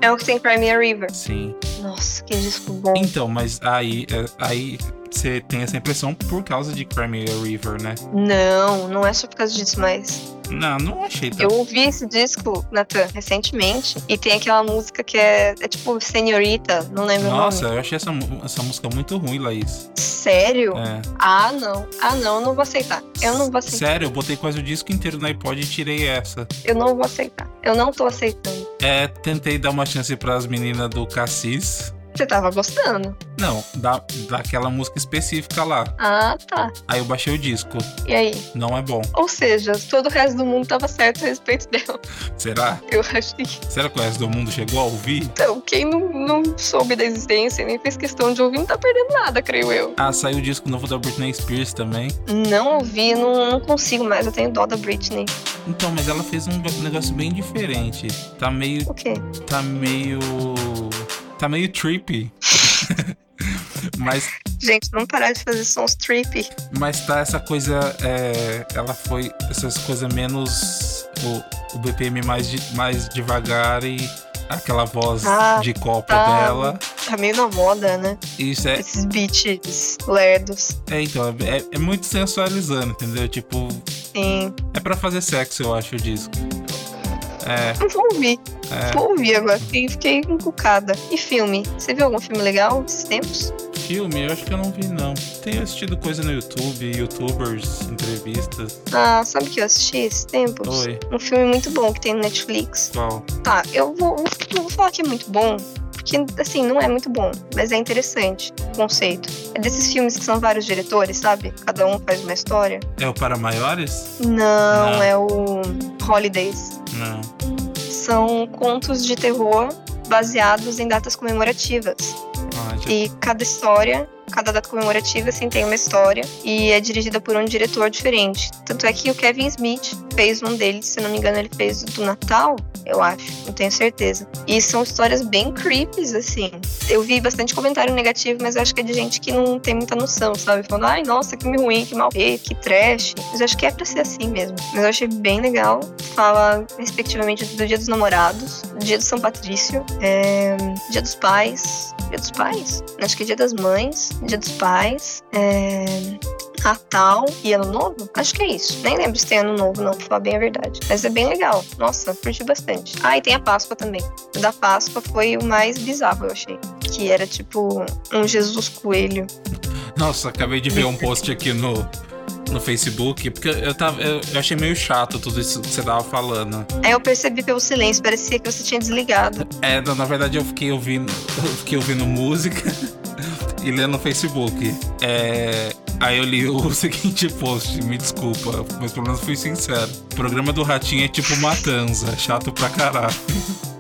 Speaker 2: É o que tem Cry Me a River.
Speaker 1: Sim.
Speaker 2: Nossa, que disco bom.
Speaker 1: Então, mas aí é, aí você tem essa impressão por causa de Crimea River, né?
Speaker 2: Não, não é só por causa disso, mas.
Speaker 1: Não, não achei tão.
Speaker 2: Eu ouvi esse disco, Natan, recentemente. E tem aquela música que é, é tipo Senhorita, não lembro o
Speaker 1: Nossa,
Speaker 2: nome.
Speaker 1: eu achei essa, mu- essa música muito ruim, Laís.
Speaker 2: Sério?
Speaker 1: É.
Speaker 2: Ah, não. Ah, não, eu não vou aceitar. Eu não vou aceitar.
Speaker 1: Sério, eu botei quase o disco inteiro no iPod e tirei essa.
Speaker 2: Eu não vou aceitar. Eu não tô aceitando.
Speaker 1: É, tentei dar uma chance pras meninas do Cassis.
Speaker 2: Você tava gostando?
Speaker 1: Não, da, daquela música específica lá.
Speaker 2: Ah, tá.
Speaker 1: Aí eu baixei o disco.
Speaker 2: E aí?
Speaker 1: Não é bom.
Speaker 2: Ou seja, todo o resto do mundo tava certo a respeito (laughs) dela.
Speaker 1: Será?
Speaker 2: Eu achei.
Speaker 1: Será que o resto do mundo chegou a ouvir?
Speaker 2: Então, quem não, não soube da existência e nem fez questão de ouvir, não tá perdendo nada, creio eu.
Speaker 1: Ah, saiu o disco novo da Britney Spears também.
Speaker 2: Não ouvi, não, não consigo mais. Eu tenho dó da Britney.
Speaker 1: Então, mas ela fez um negócio bem diferente. Tá meio
Speaker 2: O quê?
Speaker 1: tá meio. tá meio trippy. (laughs) mas,
Speaker 2: Gente, vamos parar de fazer sons trippy.
Speaker 1: mas tá essa coisa. é, ela foi. essas coisas menos. o, o BPM mais, de- mais devagar e aquela voz
Speaker 2: Ah,
Speaker 1: de copo
Speaker 2: tá.
Speaker 1: dela.
Speaker 2: Tá meio na moda, né?
Speaker 1: Isso é.
Speaker 2: Esses beats lerdos.
Speaker 1: é, então, é, é muito sensualizando, entendeu? Tipo,
Speaker 2: Sim.
Speaker 1: é pra fazer sexo, eu acho, o disco. É,
Speaker 2: Não vou ouvir.
Speaker 1: é.
Speaker 2: Vou ouvir agora. Fiquei, fiquei encucada. E filme? Você viu algum filme legal esses tempos?
Speaker 1: Filme, eu acho que eu não vi, não. Tenho assistido coisa no YouTube, youtubers, entrevistas.
Speaker 2: Ah, sabe o que eu assisti esses tempos?
Speaker 1: Oi,
Speaker 2: Um filme muito bom que tem no Netflix.
Speaker 1: qual?
Speaker 2: Tá, eu vou, vou- não vou falar que é muito bom, porque, assim, não é muito bom, mas é interessante o conceito. É desses filmes que são vários diretores, sabe? Cada um faz uma história.
Speaker 1: É o Para Maiores?
Speaker 2: Não,
Speaker 1: Não.
Speaker 2: é o Holidays.
Speaker 1: Não.
Speaker 2: São contos de terror baseados em datas comemorativas.
Speaker 1: Ah, já...
Speaker 2: E cada história, cada data comemorativa, assim, tem uma história e é dirigida por um diretor diferente. Tanto é que o Kevin Smith fez um deles, se não me engano, ele fez o do Natal, eu acho, não tenho certeza. E são histórias bem creeps, assim. Eu vi bastante comentário negativo, mas eu acho que é de gente que não tem muita noção, sabe? Falando, ai, nossa, que filme ruim, que mal feito, que trash. Mas eu acho que é pra ser assim mesmo. Mas eu achei bem legal. Fala, respectivamente, do Dia dos Namorados, Dia do São Patrício, é, Dia dos Pais. Dia dos Pais? Acho que é Dia das Mães, Dia dos Pais, é, Natal e Ano Novo? Acho que é isso. Nem lembro se tem Ano Novo, não, pra falar bem a verdade. Mas é bem legal. Nossa, curti bastante. Ah, e tem a Páscoa também. O da Páscoa foi o mais bizarro, eu achei. Que era tipo um Jesus Coelho.
Speaker 1: Nossa, acabei de ver um post aqui no, no Facebook, porque eu, tava, eu, eu achei meio chato tudo isso que você tava falando.
Speaker 2: Aí eu percebi pelo silêncio, parecia que você tinha desligado.
Speaker 1: É, na na verdade eu fiquei ouvindo, eu fiquei ouvindo música (laughs) e lendo no Facebook. É, aí eu li o (laughs) seguinte post, me desculpa, mas pelo menos fui sincero. O programa do Ratinho é tipo Matanza, chato pra caralho.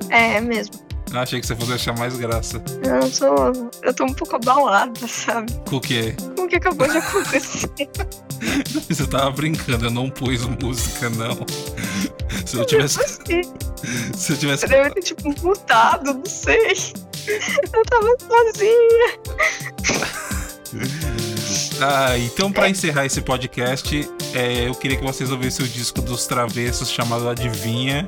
Speaker 2: É, é mesmo.
Speaker 1: Eu achei que você fosse achar mais graça.
Speaker 2: Eu tô, eu tô um pouco abalada, sabe?
Speaker 1: Com o quê? (laughs)
Speaker 2: Com o que acabou de acontecer. (laughs)
Speaker 1: Você tava brincando, eu não pus música, não. (laughs) Se eu tivesse.
Speaker 2: Assim.
Speaker 1: Se eu tivesse
Speaker 2: Você deve ter, tipo, mutado, não sei. Eu tava sozinha.
Speaker 1: Ah, então pra encerrar esse podcast, é, eu queria que vocês ouvissem o disco dos travessos chamado Adivinha.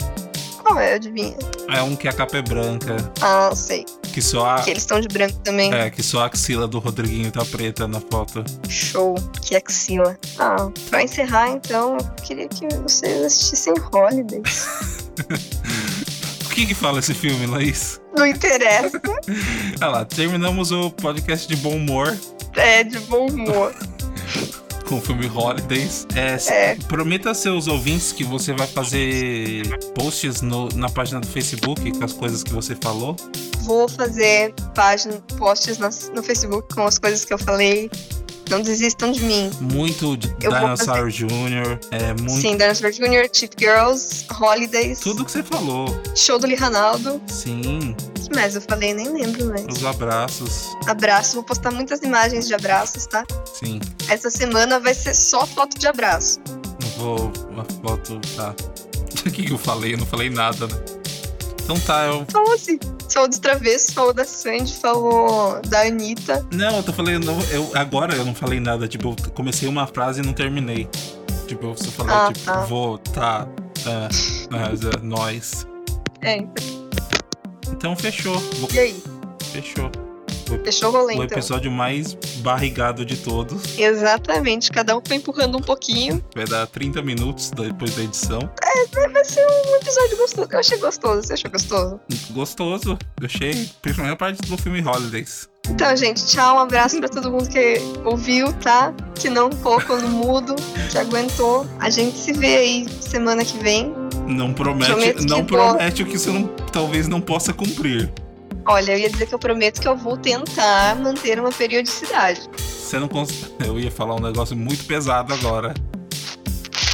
Speaker 2: Qual é, adivinha?
Speaker 1: É um que a capa é branca,
Speaker 2: Ah, não sei.
Speaker 1: que só a,
Speaker 2: Que eles estão de branco também.
Speaker 1: é, que só a axila do Rodriguinho tá preta na foto.
Speaker 2: Show. Que axila. Ah, pra encerrar, então, eu queria que vocês assistissem Holidays.
Speaker 1: O que que fala esse filme, Laís?
Speaker 2: (laughs) Não interessa.
Speaker 1: Ah lá, terminamos o podcast de bom humor
Speaker 2: É de bom humor.
Speaker 1: com o filme Holidays. É, s-
Speaker 2: É.
Speaker 1: Prometa aos seus ouvintes que você vai fazer posts no- na página do Facebook com as coisas que você falou.
Speaker 2: Vou fazer página, posts nas- no Facebook com as coisas que eu falei. Não desistam de mim.
Speaker 1: Muito de
Speaker 2: Eu vou
Speaker 1: Dinosaur Jr., é muito.
Speaker 2: Sim, Dinosaur Jr., Cheap Girls, Holidays,
Speaker 1: Tudo que você falou.
Speaker 2: Show do Lee Ranaldo.
Speaker 1: Sim,
Speaker 2: O que mais eu falei? Nem lembro mais.
Speaker 1: os abraços.
Speaker 2: Abraço, vou postar muitas imagens de abraços, tá?
Speaker 1: Sim,
Speaker 2: Essa semana vai ser só foto de abraço.
Speaker 1: não vou. A foto. Tá. (laughs) O que que eu falei? Eu não falei nada, né? Então tá, eu.
Speaker 2: Falou assim. Falou dos travessos, falou da Sandy, falou da Anitta.
Speaker 1: Não, eu tô falando. Eu, agora eu não falei nada. Tipo, eu comecei uma frase e não terminei. Tipo, eu só falei,
Speaker 2: Ah,
Speaker 1: tipo,
Speaker 2: tá.
Speaker 1: vou, tá. ah, ah, nós.
Speaker 2: É, então,
Speaker 1: Então fechou. Vou-
Speaker 2: e aí?
Speaker 1: Fechou.
Speaker 2: Fechou o rolê,
Speaker 1: O
Speaker 2: então.
Speaker 1: episódio mais barrigado de todos.
Speaker 2: Exatamente, cada um tá empurrando um pouquinho.
Speaker 1: Vai dar 30 minutos depois da edição.
Speaker 2: Vai ser um episódio gostoso. Eu achei gostoso, você achou gostoso?
Speaker 1: Gostoso. Gostei. Principalmente a parte do filme Holidays.
Speaker 2: Então, gente, tchau, um abraço pra todo mundo que ouviu, tá? Que não colocou no mudo, que aguentou. A gente se vê aí semana que vem.
Speaker 1: Não promete,
Speaker 2: Prometo que
Speaker 1: não
Speaker 2: vou.
Speaker 1: promete o que você não, talvez não possa cumprir.
Speaker 2: Olha, eu ia dizer que eu prometo que eu vou tentar manter uma periodicidade.
Speaker 1: Você não cons... Eu ia falar um negócio muito pesado agora.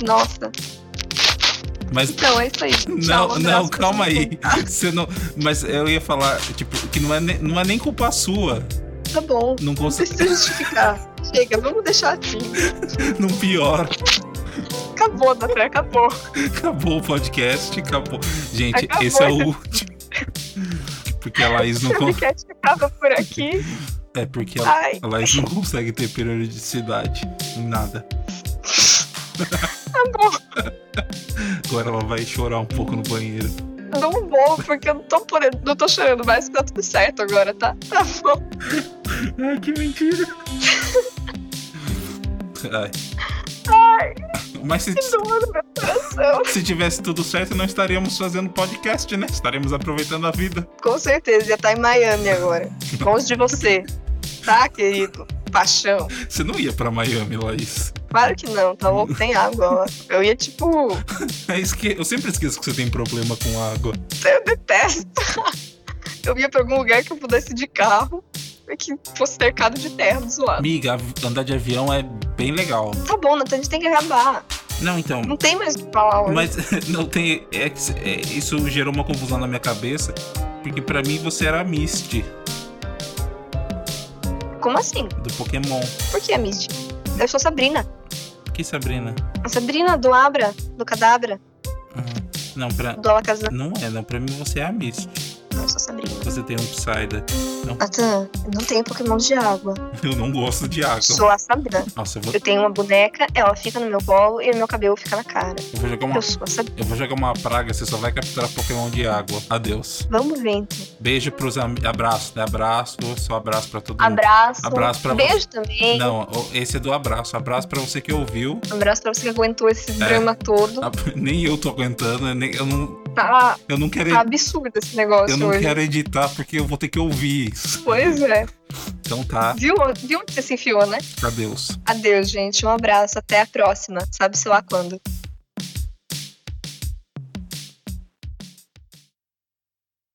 Speaker 2: Nossa,
Speaker 1: Mas
Speaker 2: então é isso aí.
Speaker 1: (laughs)
Speaker 2: Tchau, um
Speaker 1: Não,
Speaker 2: abraço
Speaker 1: não,
Speaker 2: pra
Speaker 1: calma
Speaker 2: todo mundo.
Speaker 1: aí. (laughs) Você não, mas eu ia falar, tipo, que não é, ne- não é nem culpa sua.
Speaker 2: Tá bom.
Speaker 1: Não,
Speaker 2: Não (laughs)
Speaker 1: cons...
Speaker 2: precisa justificar. Chega, vamos deixar assim.
Speaker 1: não piora.
Speaker 2: Acabou, Natália, acabou.
Speaker 1: Acabou o podcast, acabou. Gente,
Speaker 2: Acabou.
Speaker 1: esse é o último. Porque a Laís não
Speaker 2: O
Speaker 1: con-
Speaker 2: podcast acaba por aqui.
Speaker 1: É porque a,
Speaker 2: Ai,
Speaker 1: a Laís não consegue ter periodicidade em nada.
Speaker 2: tá bom.
Speaker 1: Agora ela vai chorar um pouco no banheiro.
Speaker 2: Não vou, porque eu não tô, podendo, não tô chorando mais, tá tudo certo agora, tá? Tá bom. (laughs)
Speaker 1: Ai, que mentira. Ai. Mas se,
Speaker 2: Doando meu coração.
Speaker 1: se tivesse tudo certo, não estaríamos fazendo podcast, né? Estaríamos aproveitando a vida.
Speaker 2: Com certeza, ia estar em Miami agora. Longe de você. Tá, querido? Paixão.
Speaker 1: Você não ia pra Miami, Laís.
Speaker 2: Claro que não, tá louco, tem água lá. Eu ia, tipo,
Speaker 1: É isso que- eu sempre esqueço que você tem problema com água.
Speaker 2: eu detesto. (laughs) Eu ia pra algum lugar que eu pudesse ir de carro e que fosse cercado de terra do lado.
Speaker 1: Amiga, av- andar de avião é bem legal.
Speaker 2: Tá bom, Natan, a gente tem que acabar.
Speaker 1: Não, então.
Speaker 2: Não tem mais o que falar hoje.
Speaker 1: Mas (laughs) não tem. é que c- é, isso gerou uma confusão na minha cabeça. Porque pra mim você era a Misty
Speaker 2: Como assim?
Speaker 1: do Pokémon.
Speaker 2: Por que, Misty? Eu sou a Sabrina.
Speaker 1: Que Sabrina?
Speaker 2: A Sabrina do Abra, do Cadabra,
Speaker 1: Ah, Não, pra.
Speaker 2: do Alakazam.
Speaker 1: Não é, não. Pra mim você é a Misty.
Speaker 2: Não, eu sou a Sabrina.
Speaker 1: Você tem um Psyda.
Speaker 2: Natan, eu não tenho Pokémon de água.
Speaker 1: (laughs) Eu não gosto de água.
Speaker 2: Sou a Sabrina.
Speaker 1: Nossa, eu vou,
Speaker 2: Eu tenho uma boneca, ela fica no meu colo e o meu cabelo fica na cara.
Speaker 1: eu vou jogar uma.
Speaker 2: Eu sou a Sabrina.
Speaker 1: Eu vou jogar uma praga, você só vai capturar Pokémon de água. Adeus.
Speaker 2: Vamos ver, então.
Speaker 1: Beijo pros amigos. Abraço, né? Abraço, só abraço pra todo mundo.
Speaker 2: Abraço.
Speaker 1: Abraço pra
Speaker 2: Beijo também.
Speaker 1: Não, o- esse é do abraço. Abraço pra você que ouviu.
Speaker 2: Abraço pra você que aguentou esse
Speaker 1: É.
Speaker 2: drama todo.
Speaker 1: Ah, Nem eu tô aguentando, nem- eu não,
Speaker 2: Tá,
Speaker 1: eu não quero,
Speaker 2: tá absurdo esse
Speaker 1: eu
Speaker 2: negócio
Speaker 1: não
Speaker 2: hoje.
Speaker 1: quero editar porque eu vou ter que ouvir isso.
Speaker 2: Pois é.
Speaker 1: Então tá,
Speaker 2: Viu, viu onde você se enfiou, né?
Speaker 1: adeus.
Speaker 2: Adeus, gente. Um abraço. Até a próxima. Sabe-se lá quando.